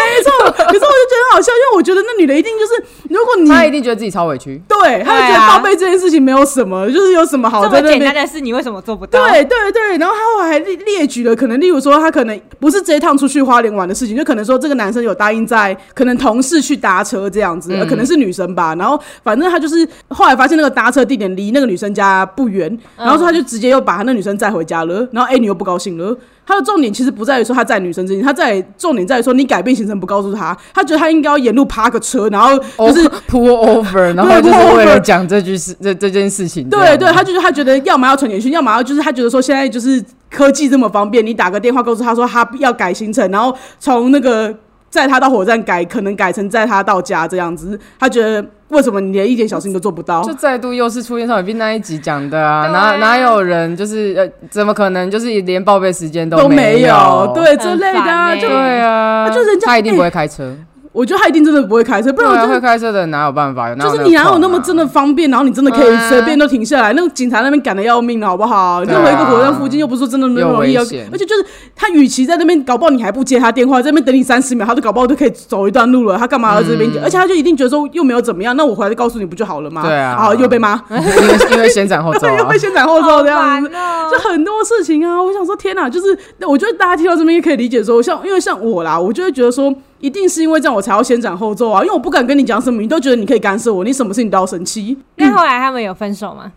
Speaker 1: 没错，可是我就觉得很好笑，因为我觉得那女的一定就是，如果你
Speaker 3: 他
Speaker 2: 啊
Speaker 3: 一定觉得自己超委屈。
Speaker 1: 对，她就觉
Speaker 2: 对
Speaker 1: 得
Speaker 2: 啊
Speaker 1: 报备这件事情没有什么，就是有什么好
Speaker 2: 这
Speaker 1: 在
Speaker 2: 么
Speaker 1: 那
Speaker 2: 简单
Speaker 1: 边。
Speaker 2: 的事，你为什么做不到？
Speaker 1: 对对对，然后他后来还列列举了，可能例如说，他可能不是这一趟出去花莲玩的事情，就可能说这个男生有答应在可能同事去搭车这样子，呃可能是女生吧。然后反正他就是后来发现那个搭车地点离那个女生家不远，然后说他就直接又把他那女生载回家了。然后 A 女又不高兴了。他的重点其实不在于说他载女生这件事情，他在重点在于说你改变行程不告诉他，他觉得他应该要沿路趴个车，然后就是
Speaker 3: pull over，然后就是为了讲这句事这这件事情。
Speaker 1: 对对，他
Speaker 3: 他
Speaker 1: 就是他觉得要么要传简讯，要么要就是他觉得说现在就是科技这么方便，你打个电话告诉他说他要改行程，然后从那个载他到火车站改，可能改成载他到家这样子。他觉得为什么你连一点小事情都做不到
Speaker 3: 就？再度又是出现少女病那一集讲的啊，
Speaker 2: 对
Speaker 3: 哪哪有人就是呃，怎么可能就是连报备时间
Speaker 1: 都
Speaker 3: 没
Speaker 1: 没有，对
Speaker 2: 很
Speaker 1: 这类的、啊，
Speaker 2: 烦欸
Speaker 1: 就
Speaker 3: 对啊，
Speaker 1: 啊就人家
Speaker 3: 他一定不会开车，
Speaker 1: 我觉得他一定真的不会开车，不
Speaker 3: 对
Speaker 1: 然我
Speaker 3: 啊，
Speaker 1: 真的
Speaker 3: 会开车的人哪有办法？
Speaker 1: 就是你哪有那么真
Speaker 3: 的
Speaker 1: 的方便，然后你真的可以随便都停下来？那个警察那边赶的要命，好不好？
Speaker 3: 对啊
Speaker 1: 任何一个火车站附近又不是说真的那么容易要
Speaker 3: 又危险，
Speaker 1: 而且就是他，与其在那边搞不好你还不接他电话，在那边等你三十秒，他都搞不好都可以走一段路了，他干嘛要这边讲？而且他就一定觉得说又没有怎么样，那我回来再告诉你不就好了吗？
Speaker 3: 嗯对啊
Speaker 1: 好又被骂，
Speaker 3: [laughs]
Speaker 1: [laughs]
Speaker 3: 因为因为先斩后奏
Speaker 1: 对，又
Speaker 3: 啊
Speaker 1: 被。先斩后奏
Speaker 2: 好
Speaker 1: 这样
Speaker 2: 烦
Speaker 1: 子。[laughs]
Speaker 2: 哦、
Speaker 1: 就很多事情啊，我想说，天哪！就是我觉得大家听到这边也可以理解说，像因为像我啦，我就会觉得说，一定是因为这样我才要先斩后奏啊，因为我不敢跟你讲什么，你都觉得你可以干涉我，你什么事情都要生气。
Speaker 2: 那后来他们有分手吗？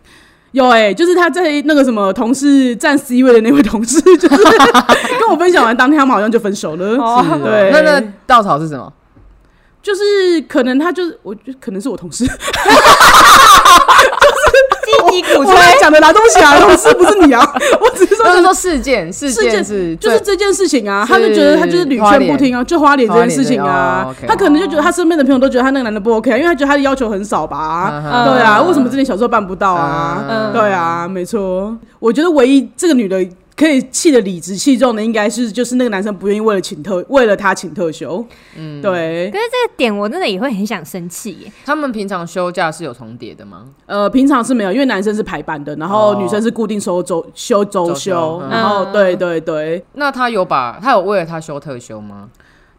Speaker 1: 有哎、就是他在那个什么同事占 C 位的那位同事，就是 [laughs] 跟我分享完当天，他们好像就分手了。
Speaker 2: 哦
Speaker 1: [laughs]
Speaker 3: 是啊
Speaker 1: 对
Speaker 3: 那那稻草是什
Speaker 1: [laughs]
Speaker 3: 么？
Speaker 1: 就是可能他就是我，就可能是我同事，
Speaker 2: 积极鼓
Speaker 1: 我
Speaker 2: 吹，
Speaker 1: 在讲的啦，对不起啊，同事不是你啊，我只是说
Speaker 3: 就是说事件，事
Speaker 1: 事件
Speaker 3: 件是
Speaker 1: 就
Speaker 3: 最
Speaker 1: 是这件事情啊，
Speaker 3: 是
Speaker 1: 他就觉得他就是屡劝不听啊，就花脸这件事情
Speaker 3: 花
Speaker 1: 啊
Speaker 3: 脸这，个哦，OK
Speaker 1: 他可能就觉得他身边的朋友都觉得他那个男的不 OK，啊因为他觉得他的要求很少吧。
Speaker 3: 嗯
Speaker 1: 对啊，为什么这点小时候办不到啊？
Speaker 2: 嗯
Speaker 1: 对啊，没错，我觉得唯一这个女的可以气得理直气壮的，应该是就是那个男生不愿意为了请特为了她请特休，嗯，对，
Speaker 2: 可是这个点我真的也会很想生气耶。
Speaker 3: 他们平常休假是有重叠的吗？
Speaker 1: 呃，平常是没有，因为男生是排班的，然后
Speaker 3: 哦
Speaker 1: 女生是固定收周休周
Speaker 3: 周休
Speaker 1: 休，
Speaker 3: 嗯
Speaker 1: 然后
Speaker 2: 嗯
Speaker 1: 对对对，
Speaker 3: 那他有把他有为了他休特休吗？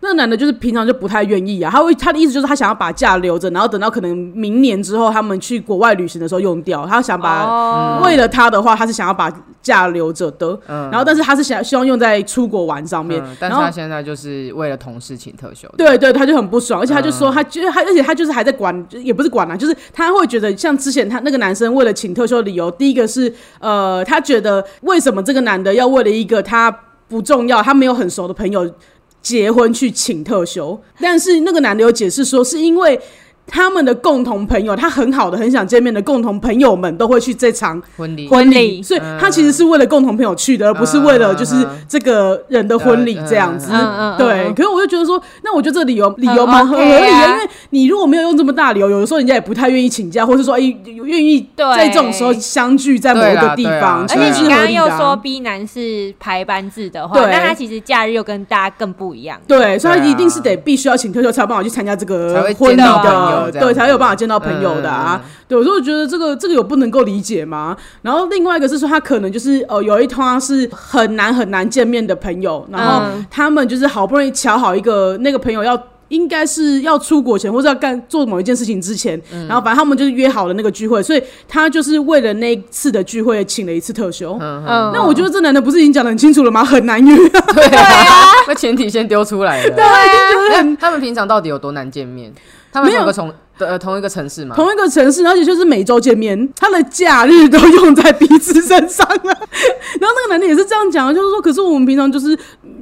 Speaker 1: 那个男的就是平常就不太愿意啊，他会他的意思就是他想要把假留着，然后等到可能明年之后他们去国外旅行的时候用掉，他想把、
Speaker 2: 哦，
Speaker 1: 为了他的话，他是想要把假留着的，
Speaker 3: 嗯
Speaker 1: 然后但是他是想希望用在出国玩上面，
Speaker 3: 嗯，但
Speaker 1: 然
Speaker 3: 是
Speaker 1: 后
Speaker 3: 他现在就是为了同事请特休的，
Speaker 1: 对对，他就很不爽，而且他就说
Speaker 3: 嗯
Speaker 1: 他觉得他，而且他就是还在管，就也不是管啊，就是他会觉得像之前他那个男生为了请特休的理由，第一个是呃，他觉得为什么这个男的要为了一个他不重要、他没有很熟的朋友结婚去请特休？但是那个男的有解释说，是因为。他们的共同朋友，他很好的、很想见面的共同朋友们，都会去这场
Speaker 3: 婚礼
Speaker 1: 婚
Speaker 2: 婚
Speaker 1: 礼，
Speaker 2: 礼
Speaker 1: 所以他其实是为了共同朋友去的，而不是为了就是
Speaker 3: 嗯嗯嗯
Speaker 1: 这个人的婚礼这样子。
Speaker 2: [laughs]
Speaker 3: 嗯
Speaker 2: 嗯嗯
Speaker 1: 对，
Speaker 2: 嗯
Speaker 1: 可是我就觉得说，那我觉得这个理由理由蛮合合理
Speaker 2: OK
Speaker 1: 的，
Speaker 2: 啊
Speaker 1: 因为你如果没有用这么大理由，有的时候人家也不太愿意请假，或是说哎愿意
Speaker 2: 对
Speaker 1: 在这种时候相聚在某
Speaker 3: 对
Speaker 1: 一
Speaker 3: 啦
Speaker 1: 个地
Speaker 3: 对啊
Speaker 1: 方
Speaker 3: 啦，
Speaker 1: 其
Speaker 2: 而
Speaker 1: 实
Speaker 2: 且
Speaker 1: 是
Speaker 2: 你刚
Speaker 1: 合
Speaker 2: 刚
Speaker 1: 理
Speaker 2: 又
Speaker 1: 的
Speaker 2: 说
Speaker 1: 啊。
Speaker 2: B 男是排班制的话，
Speaker 1: 对
Speaker 2: 那他其实假日又跟大家更不一样。
Speaker 1: 对，所以他
Speaker 3: 对啊
Speaker 1: 一定是得必须要请特休才有办法去参加这
Speaker 3: 才
Speaker 1: 个
Speaker 3: 会
Speaker 1: 婚礼
Speaker 3: 见到
Speaker 2: 朋
Speaker 3: 友
Speaker 1: 的，
Speaker 3: 这
Speaker 1: 对，
Speaker 3: 样
Speaker 1: 才有办法见到
Speaker 3: 到
Speaker 1: 朋友的啊。，对，我就觉得这个这个有不能够理解吗？然后另外一个是说，他可能就是呃，有一团是很难很难见面的朋友，然后
Speaker 2: 嗯
Speaker 1: 他们就是好不容易瞧好一个那个朋友要。应该是要出国前，或者要干做某一件事情之前，
Speaker 2: 嗯
Speaker 1: 然后反正他们就是约好了那个聚会，所以他就是为了那一次的聚会请了一次特休。
Speaker 2: 嗯，
Speaker 1: 那我觉得这男的不是已经讲的很清楚了吗？很难约，
Speaker 3: 对
Speaker 1: [laughs]
Speaker 3: 啊，那前提先丢出来了。对
Speaker 1: 啊
Speaker 3: 他们平常到底有多难见面？他们
Speaker 1: 没有
Speaker 3: 同一个同呃同一个城市吗？
Speaker 1: 同一个城市，而且就是每周见面，他的假日都用在彼此身上了。 [laughs] 然后那个男的也是这样讲，就是说，可是我们平常就是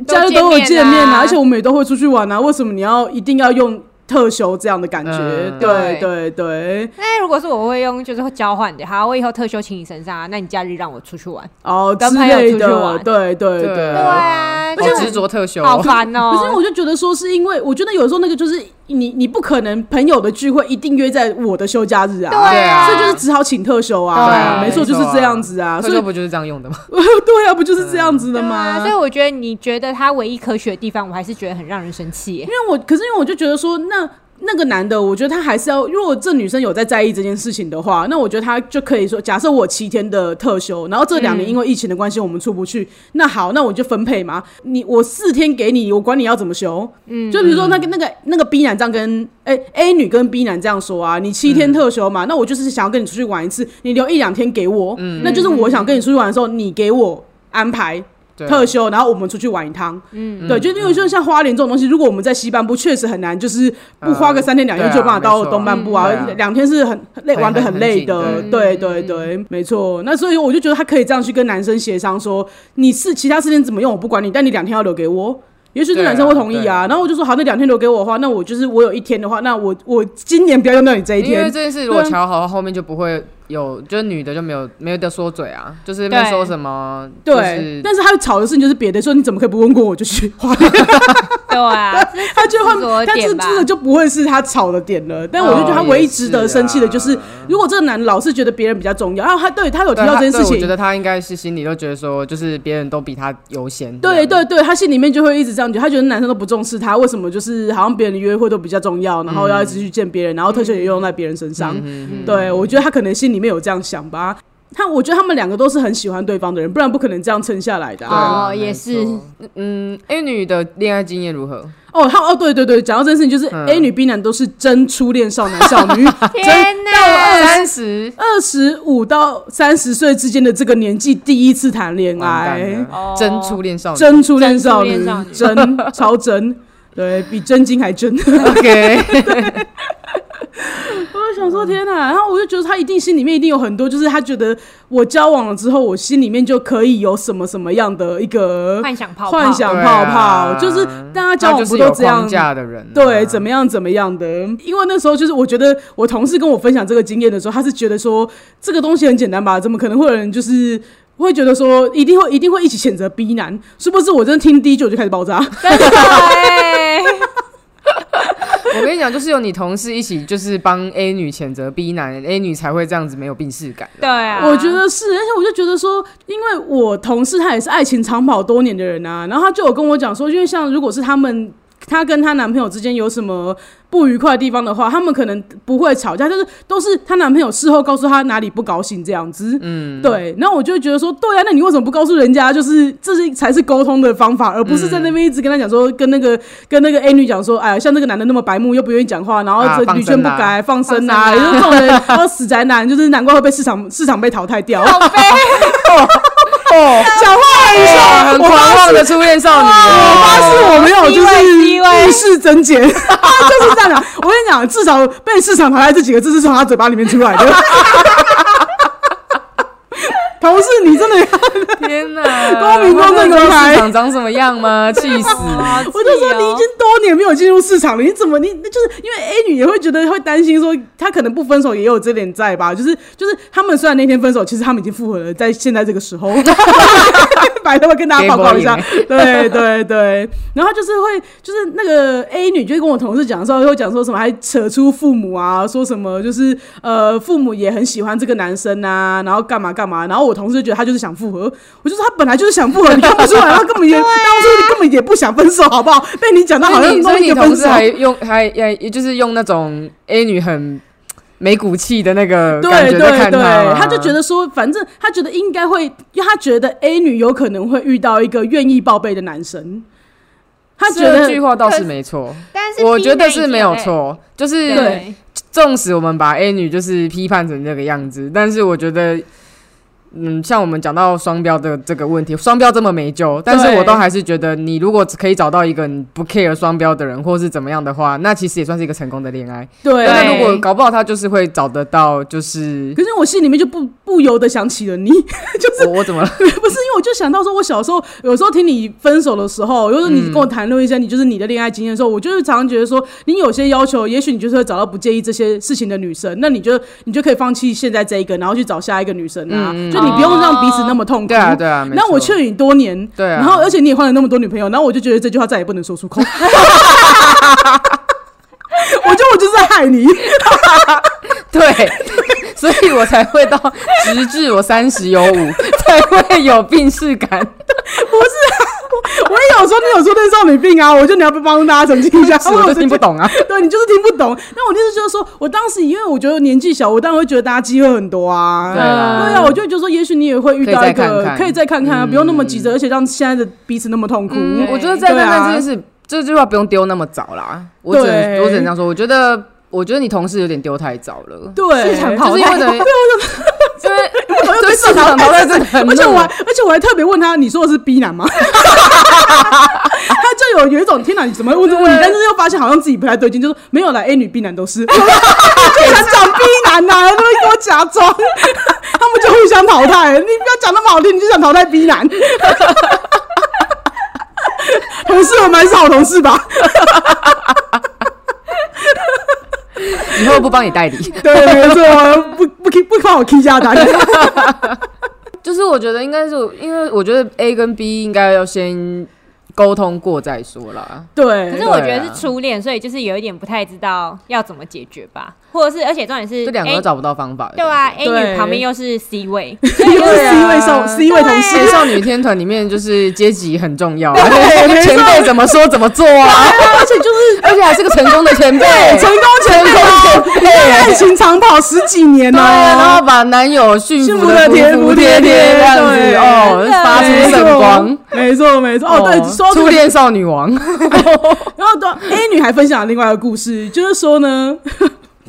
Speaker 1: 假日都有见面啊，而且我们也都会出去玩啊，为什么你要一定要用特休这样的感觉？
Speaker 3: 嗯
Speaker 1: 对对
Speaker 2: 对
Speaker 1: 对，
Speaker 2: 那如果是我会用，就是会交换的。好，我以后特休请你身上啊，那你假日让我出去玩。
Speaker 1: 哦之
Speaker 2: 跟朋友
Speaker 1: 类
Speaker 2: 出去
Speaker 1: 的，
Speaker 2: 玩
Speaker 1: 对对
Speaker 3: 对
Speaker 1: 对。
Speaker 3: 啊
Speaker 2: 啊
Speaker 3: 好执着特休哦，
Speaker 2: 好烦哦。
Speaker 1: 可是我就觉得说，是因为我觉得有时候那个就是你，你不可能朋友的聚会一定约在我的休假日啊，
Speaker 2: [laughs] 对啊
Speaker 1: 所以就是只好请特休啊，
Speaker 3: 对
Speaker 2: 啊
Speaker 1: 没错，
Speaker 3: 没
Speaker 1: 就
Speaker 3: 错
Speaker 1: 是
Speaker 3: 啊
Speaker 1: 这样子啊，
Speaker 3: 特
Speaker 1: 所以
Speaker 3: 休不就是这样用的吗？
Speaker 1: 对啊，不就是这样子的
Speaker 2: 对
Speaker 1: 吗？
Speaker 2: 啊，所以我觉得你觉得他唯一科学的地方，我还是觉得很让人生气耶
Speaker 1: 因。为我，可是因为我就觉得说，那那个男的，我觉得他还是要，如果这女生有在在意这件事情的话，那我觉得他就可以说，假设我七天的特休，然后这两年因为疫情的关系我们出不去，那好，那我就分配嘛，你我四天给你，我管你要怎么休，嗯，就比如说那个那个那个 B 男这样跟哎、A 女跟 B 男这样说啊，你七天特休嘛，那我就是想要跟你出去玩一次，你留一两天给我，那就是我想跟你出去玩的时候，你给我安排，
Speaker 3: 对啊
Speaker 1: 特休，然后我们出去玩一趟。嗯，对，就因为就像花莲这种东西，如果我们在西半部确实很难，就是不花个三天两夜
Speaker 3: 嗯
Speaker 1: 就有办法
Speaker 3: 对啊
Speaker 1: 到
Speaker 3: 没错
Speaker 1: 东半部啊
Speaker 3: 嗯对啊，
Speaker 1: 两天是很很累，
Speaker 3: 很
Speaker 1: 玩的很累的
Speaker 3: 很。
Speaker 2: 紧
Speaker 1: 对对
Speaker 2: 对
Speaker 1: 对，没错。那所以我就觉得他可以这样去跟男生协商说，你是其他时间怎么用我不管你，但你两天要留给我。也许这
Speaker 3: 对啊
Speaker 1: 男生会同意啊，然后我就说好，那两天留给我的话，那我就是我有一天的话，那我我今年不要用到你这一
Speaker 3: 因为
Speaker 1: 天。
Speaker 3: 这件事如果
Speaker 1: 对啊
Speaker 3: 瞧好，后面就不会有，就是女的就没有没有得说嘴啊，就是没有
Speaker 2: 对
Speaker 3: 说什么，
Speaker 1: 对，
Speaker 3: 就是
Speaker 1: 但是他吵的事情就是别的，说你怎么可以不问过我就去花莲？ [laughs]
Speaker 2: 对啊，这
Speaker 1: 他就
Speaker 2: 执着
Speaker 1: 会，
Speaker 2: 的
Speaker 1: 但是
Speaker 2: 点吧
Speaker 1: 这个就不会是他吵的点了。但我就觉得他
Speaker 3: 哦
Speaker 1: 唯一
Speaker 3: 也
Speaker 1: 值
Speaker 3: 是
Speaker 1: 得生气的就是，
Speaker 3: 啊
Speaker 1: 如果这个男的老是觉得别人比较重要，然后他对他有提
Speaker 3: 对
Speaker 1: 到
Speaker 3: 他
Speaker 1: 这件事
Speaker 3: 对我觉
Speaker 1: 情。
Speaker 3: 得他应该是心里都觉得说，就是别人都比他优先。
Speaker 1: 对对对，他心里面就会一直这样觉得，他觉得男生都不重视他，为什么就是好像别人的约会都比较重要，然后要一
Speaker 3: 嗯
Speaker 1: 直去见别人，然后特权也用在别人身上。对，我觉得他可能心里面有这样想吧。他我觉得他们两个都是很喜欢对方的人，不然不可能这样撑下来的、
Speaker 3: 对
Speaker 1: 啊。
Speaker 3: 啊
Speaker 2: 哦也
Speaker 3: 没
Speaker 2: 是
Speaker 3: 错嗯，A 女的恋爱经验如何？
Speaker 1: 哦，他哦，对对对，讲到这件事情，就是
Speaker 3: 嗯
Speaker 1: A 女 B 男都是真初恋少男少女，
Speaker 2: 天哪！
Speaker 1: 哎
Speaker 3: 三十，
Speaker 1: 啊二十五到三十岁之间的这个年纪第一次谈恋
Speaker 3: 完蛋
Speaker 1: 爱
Speaker 3: 了，
Speaker 2: 哦
Speaker 3: 真初恋少女。
Speaker 1: 真初恋少
Speaker 2: 真
Speaker 1: 女
Speaker 2: 初恋少，女
Speaker 1: 真 [laughs] 超真，对比真金还 [laughs] 真。
Speaker 3: OK，
Speaker 1: 我就想说天哪，然后我就觉得他一定心里面一定有很多，就是他觉得我交往了之后，我心里面就可以有什么什么样的一个
Speaker 2: 幻想泡泡，
Speaker 1: 幻想泡泡，就是大家交
Speaker 3: 啊
Speaker 1: 往
Speaker 3: 他就
Speaker 1: 不
Speaker 3: 是
Speaker 1: 都
Speaker 3: 有
Speaker 1: 这样
Speaker 3: 框架的人啊。
Speaker 1: 对，怎么样怎么样的？因为那时候就是我觉得我同事跟我分享这个经验的时候，他是觉得说这个东西很简单吧，怎么可能会有人就是。会觉得说一定会一定会一起谴责 B 男，是不是？我真的听第一句我就开始爆炸， [laughs]
Speaker 2: 对，
Speaker 3: 我跟你讲，就是有你同事一起，就是帮 A 女谴责 B 男，A 女才会这样子没有病耻感。
Speaker 2: 对啊，
Speaker 1: 我觉得是，而且我就觉得说，因为我同事他也是爱情长跑多年的人啊，然后他就有跟我讲说，因为像如果是他们她跟她男朋友之间有什么不愉快的地方的话，他们可能不会吵架，就是都是她男朋友事后告诉她哪里不高兴这样子。嗯，对。那我就会觉得说，对啊，那你为什么不告诉人家？就是这是才是沟通的方法，而不是在那边一直跟他讲说，跟那个跟那个 A 女讲说，哎呀，像这个男的那么白目，又不愿意讲话，然后
Speaker 3: 啊
Speaker 1: 这
Speaker 3: 放
Speaker 1: 屡劝
Speaker 3: 生
Speaker 1: 不
Speaker 3: 啦
Speaker 1: 改，放生啊，
Speaker 2: 放
Speaker 1: 也
Speaker 2: 生
Speaker 1: 就是
Speaker 2: 啦
Speaker 1: 这种人，然后死宅男，就是难怪会被市场市场被淘汰掉。
Speaker 2: 好悲，
Speaker 3: 哦，
Speaker 1: 讲话很
Speaker 3: 哇
Speaker 1: 凶，
Speaker 3: 啊很
Speaker 1: 我
Speaker 3: 狂
Speaker 1: 发
Speaker 3: 妄
Speaker 1: 誓
Speaker 3: 的初恋少
Speaker 1: 我
Speaker 3: 女哦，
Speaker 1: 发誓我没有，就
Speaker 2: 低位低
Speaker 1: 是
Speaker 2: 位
Speaker 1: 意识增减， [laughs] 就是这样讲。我跟你讲，至少被市场淘汰这几个字是从他嘴巴里面出来的。 [laughs] 同事，你真的要，
Speaker 3: 天哪！
Speaker 1: 光明光正
Speaker 3: 知
Speaker 1: 公
Speaker 3: 道
Speaker 1: 开
Speaker 3: 市场长什么样吗？气死！
Speaker 1: 我就
Speaker 2: 啊
Speaker 1: 说你已经多年没有进入市场了，你怎么你就是因为 A 女也会觉得会担心说，她可能不分手也有这点在吧？就是就是他们虽然那天分手，其实他们已经复合了，在现在这个时候， [laughs] 白头发 [laughs] 跟大家报告一下， [laughs] 对对对，然后就是会，就是那个 A 女就会跟我同事讲的时候，会讲说什么还扯出父母啊，说什么就是呃父母也很喜欢这个男生啊，然后干嘛干嘛，然后我同事就觉得他就是想复合，我就说他本来就是想复合，你看不出来，他根本也、当初根本也不想分手，
Speaker 3: 啊
Speaker 1: 好不好？被你讲到好
Speaker 3: 所以
Speaker 1: 像
Speaker 3: 你所
Speaker 1: 弄
Speaker 3: 以
Speaker 1: 一
Speaker 3: 你
Speaker 1: 个
Speaker 3: 同
Speaker 1: 分手
Speaker 3: 事。还用还也也就是用那种 A 女很没骨气的那个感
Speaker 1: 对
Speaker 3: 觉
Speaker 1: 对
Speaker 3: 在看
Speaker 1: 对，
Speaker 3: 她，
Speaker 1: 他就觉得说，反正他觉得应该会，因为他觉得 A 女有可能会遇到一个愿意报备的男生，他觉得
Speaker 3: 这句话倒是没错，
Speaker 2: 但是
Speaker 3: 我
Speaker 2: B 哎
Speaker 3: 觉得
Speaker 2: 妹
Speaker 3: 是
Speaker 2: 已经
Speaker 3: 没有
Speaker 2: 被，
Speaker 3: 错，哦就是
Speaker 2: 对，
Speaker 3: 纵使我们把 A 女就是批判成这个样子，但是我觉得，嗯，像我们讲到双标的这个问题，双标这么没救，但是我都还是觉得，你如果可以找到一个你不 care 双标的人，或是怎么样的话，那其实也算是一个成功的恋爱。
Speaker 1: 对，
Speaker 3: 但
Speaker 2: 对
Speaker 3: 是如果搞不好，他就是会找得到，
Speaker 1: [laughs]
Speaker 3: 就是
Speaker 1: 可是我心里面就不不由得想起了你， [laughs]
Speaker 3: 我我怎么了？
Speaker 1: 不是因为我就想到说，我小时候有时候听你分手的时候，有时候你跟我谈论一些你就是你的恋爱经验的时候，我就是常常觉得说，你有些要求，也许你就是会找到不介意这些事情的女生，那你就你就可以放弃现在这一个，然后去找下一个女生啊，
Speaker 3: 嗯嗯
Speaker 1: 就你不用让彼此那么痛苦。
Speaker 3: 对啊，对啊，没
Speaker 1: 那我
Speaker 3: 错
Speaker 1: 劝你多年，
Speaker 3: 对啊，
Speaker 1: 然后而且你也换了那么多女朋友，然后我就觉得这句话再也不能说出
Speaker 3: [laughs]
Speaker 1: 口。我觉得我就是在害你，
Speaker 3: 对， [laughs] 所以我才会到直至我三十有五 [laughs] 才会有病逝
Speaker 1: [laughs]
Speaker 3: 感。
Speaker 1: 啊我也有说你有说那少女病啊，我觉得你要不帮大家澄清一
Speaker 3: [laughs]
Speaker 1: 下，
Speaker 3: 我
Speaker 1: 有
Speaker 3: 都
Speaker 1: 这
Speaker 3: 听不
Speaker 1: 句
Speaker 3: 懂啊。
Speaker 1: 对你就是听不懂。那我的意思就是说，我当时因为我觉得年纪小，我当然会觉得大家机会很多啊。
Speaker 3: 对啊
Speaker 1: 对啊，我就觉得说，也许你也会遇到一
Speaker 3: 可以再看嗯
Speaker 1: 个
Speaker 3: 看
Speaker 1: 可以再看看啊，不用那么急着，而且让现在的彼此那么痛苦。
Speaker 2: 嗯
Speaker 3: 我觉得
Speaker 2: 对
Speaker 3: 再看
Speaker 1: 对啊
Speaker 3: 看这件事，这句话不用丢那么早啦。我只能
Speaker 1: 对
Speaker 3: 我只能这样说，我觉得我觉得你同事有点丢太早了，
Speaker 1: 对，
Speaker 2: 市场
Speaker 3: 就
Speaker 2: 淘
Speaker 3: 是
Speaker 2: 汰
Speaker 3: [laughs] 因为等于因为对市场淘汰真的很
Speaker 1: 而且
Speaker 3: 怒
Speaker 1: 我还，而且我还特别问他，你说的是 B 男吗？ [laughs] 他就有有一种天哪，你怎么会问这个问题？但是又发现好像自己不太对劲，就说没有啦 A 女 B 男都 [laughs] 是，就想讲 B 男呐、啊，他们给我假装， [laughs] 他们就互相淘汰。你不要讲那么好听，你就想淘汰 B 男。 [laughs] 同事，我们还是好同事吧？
Speaker 3: 以后不帮你代理。
Speaker 1: 对，没错， [laughs] 不不不帮我 K 下 [laughs] 单。
Speaker 3: 就是我觉得应该是，因为我觉得 A 跟 B 应该要先沟通过再说啦。
Speaker 1: 对，
Speaker 2: 可是我觉
Speaker 3: 对
Speaker 2: 得
Speaker 3: 啊
Speaker 2: 是初恋，所以就是有一点不太知道要怎么解决吧，或者是而且重点是
Speaker 3: 这两个
Speaker 2: A-
Speaker 3: 都找不到方法。
Speaker 2: 对啊，A
Speaker 1: 对
Speaker 2: 女旁边又是 C 位，
Speaker 1: 又是
Speaker 3: 对啊
Speaker 1: C 位少 C 位同事
Speaker 3: 美。少女天团里面就是阶级很重要啊，
Speaker 1: 对没错
Speaker 3: 前辈怎么说怎么做
Speaker 1: [laughs]
Speaker 3: 啊，
Speaker 1: [laughs] 而且就是
Speaker 3: 而且还是个成功的前辈，
Speaker 1: 哎成功前
Speaker 3: 成
Speaker 1: 辈
Speaker 3: 功前辈。
Speaker 1: 爱情长跑十几年
Speaker 3: 对
Speaker 1: 哦、
Speaker 3: 啊，然后把男友驯服的服服帖帖这样子
Speaker 1: 对啊
Speaker 3: 哦，发出圣光。
Speaker 1: 没错没错哦，对，说到这
Speaker 3: 初
Speaker 1: 个，
Speaker 3: 恋少
Speaker 1: [laughs]
Speaker 3: 女王，
Speaker 1: 然后到 A 女还分享了另外一个故事，就是说呢。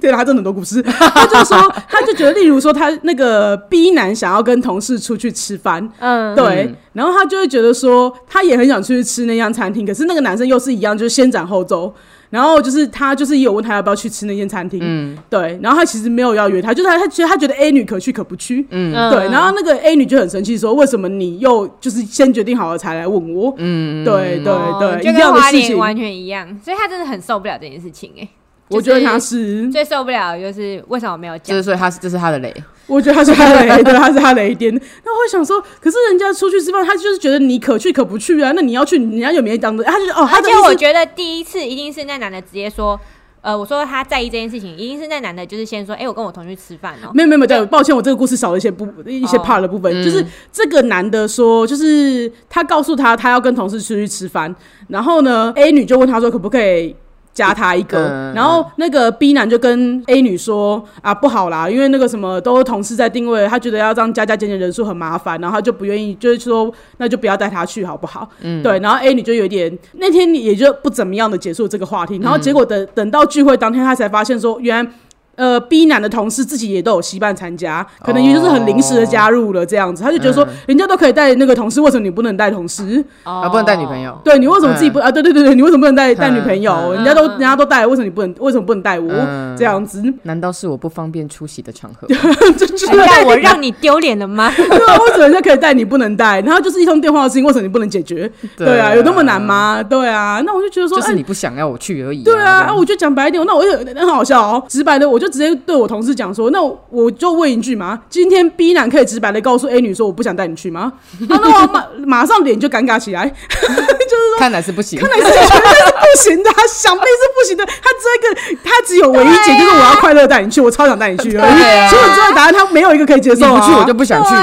Speaker 1: 对啦，她真的很多故事。她就说，她就觉得，例如说，她那个 B 男想要跟同事出去吃饭，
Speaker 2: 嗯，
Speaker 1: 对，
Speaker 3: 嗯
Speaker 1: 然后她就会觉得说，她也很想出去吃那样餐厅，可是那个男生又是一样，就是先斩后奏。然后就是她就是也有问他要不要去吃那间餐厅，
Speaker 3: 嗯
Speaker 1: 对，然后他其实没有要约她，就是他他觉得他觉得 A 女可去可不去，
Speaker 3: 嗯，
Speaker 2: 嗯
Speaker 1: 对，然后那个 A 女就很生气，说为什么你又就是先决定好了才来问我？嗯，对对
Speaker 2: 哦
Speaker 1: 对，
Speaker 2: 就
Speaker 1: 一样
Speaker 2: 跟
Speaker 1: 的
Speaker 2: 花
Speaker 1: 事
Speaker 2: 莲
Speaker 1: 情，
Speaker 2: 完全一样，所以他真的很受不了这件事情哎。
Speaker 1: 我觉得
Speaker 2: 就是
Speaker 1: 她是，
Speaker 2: 最受不了的就是为什么没有
Speaker 3: 就
Speaker 2: 讲
Speaker 3: 是？所以他是这是他的雷，
Speaker 1: 我觉得她是她的雷， [laughs] 对，她是她雷点。那我会想说，可是人家出去吃饭，他就是觉得你可去可不去啊，那你要去，人家有没有当的？他就哦，他
Speaker 2: 而
Speaker 1: 的
Speaker 2: 且
Speaker 1: 意
Speaker 2: 我
Speaker 1: 思。
Speaker 2: 觉得第一次一定是那男的直接说。呃，我说他在意这件事情，一定是那男的就是先说，哎、我跟我同学去吃饭哦、
Speaker 1: 没有没有没有，抱歉，我这个故事少了一些部一些
Speaker 2: 哦
Speaker 1: part 的部分，
Speaker 3: 嗯
Speaker 1: 就是这个男的说，就是他告诉他他要跟同事出去吃饭，然后呢，A 女就问他说可不可以。加他一个，
Speaker 3: 嗯
Speaker 1: 然后那个 B 男就跟 A 女说啊不好啦，因为那个什么都是同事在定位，他觉得要这样加加减减人数很麻烦，然后他就不愿意，就是说那就不要带他去好不好？嗯，对，然后 A 女就有点那天也就不怎么样的结束这个话题，然后结果等、等到聚会当天，他才发现说原来呃 B 男的同事自己也都有西办参加，可能也就是很临时的加入了这样子，他就觉得说、人家都可以带那个同事，为什么你不能带同事？
Speaker 2: 哦
Speaker 3: 啊，不能带女朋友。
Speaker 1: 对你为什么自己不、啊？对对对对，你为什么不能带带女朋友？
Speaker 3: 嗯
Speaker 1: 人家都人家都带了，为什么你不能？为什么不能带我？
Speaker 3: 嗯
Speaker 1: 这样子， [laughs]
Speaker 3: 难道是我不方便出席的场合？
Speaker 1: 就就是
Speaker 2: 哎让我让你丢脸了 [laughs] 吗？
Speaker 1: 对啊，为什么人家可以带你不能带？然后就是一通电话的事情，为什么你不能解决？对啊，有那么难？吗？对啊，那我就觉得说，
Speaker 3: 就是
Speaker 1: 哎
Speaker 3: 你不想要我去而已、
Speaker 1: 对啊，
Speaker 3: 这
Speaker 1: 啊
Speaker 3: 样
Speaker 1: 我就讲白一点，那我就很好笑哦，直白的，我就直接对我同事讲说，那我就问一句嘛，今天 B 男可以直白的告诉 A 女说我不想带你去吗？啊，那我马马上脸就尴尬起来， [laughs]
Speaker 3: 看来是不行。
Speaker 1: 那是绝对是不行的，他想必是不行的，他这个他只有唯一解就是我要快乐带你去，我超想带你去而已，
Speaker 3: 对啊
Speaker 1: 所以我这个答案他没有一个可以接
Speaker 3: 你
Speaker 1: 受、啊，啊
Speaker 3: 不去我就不想去 [laughs] 了，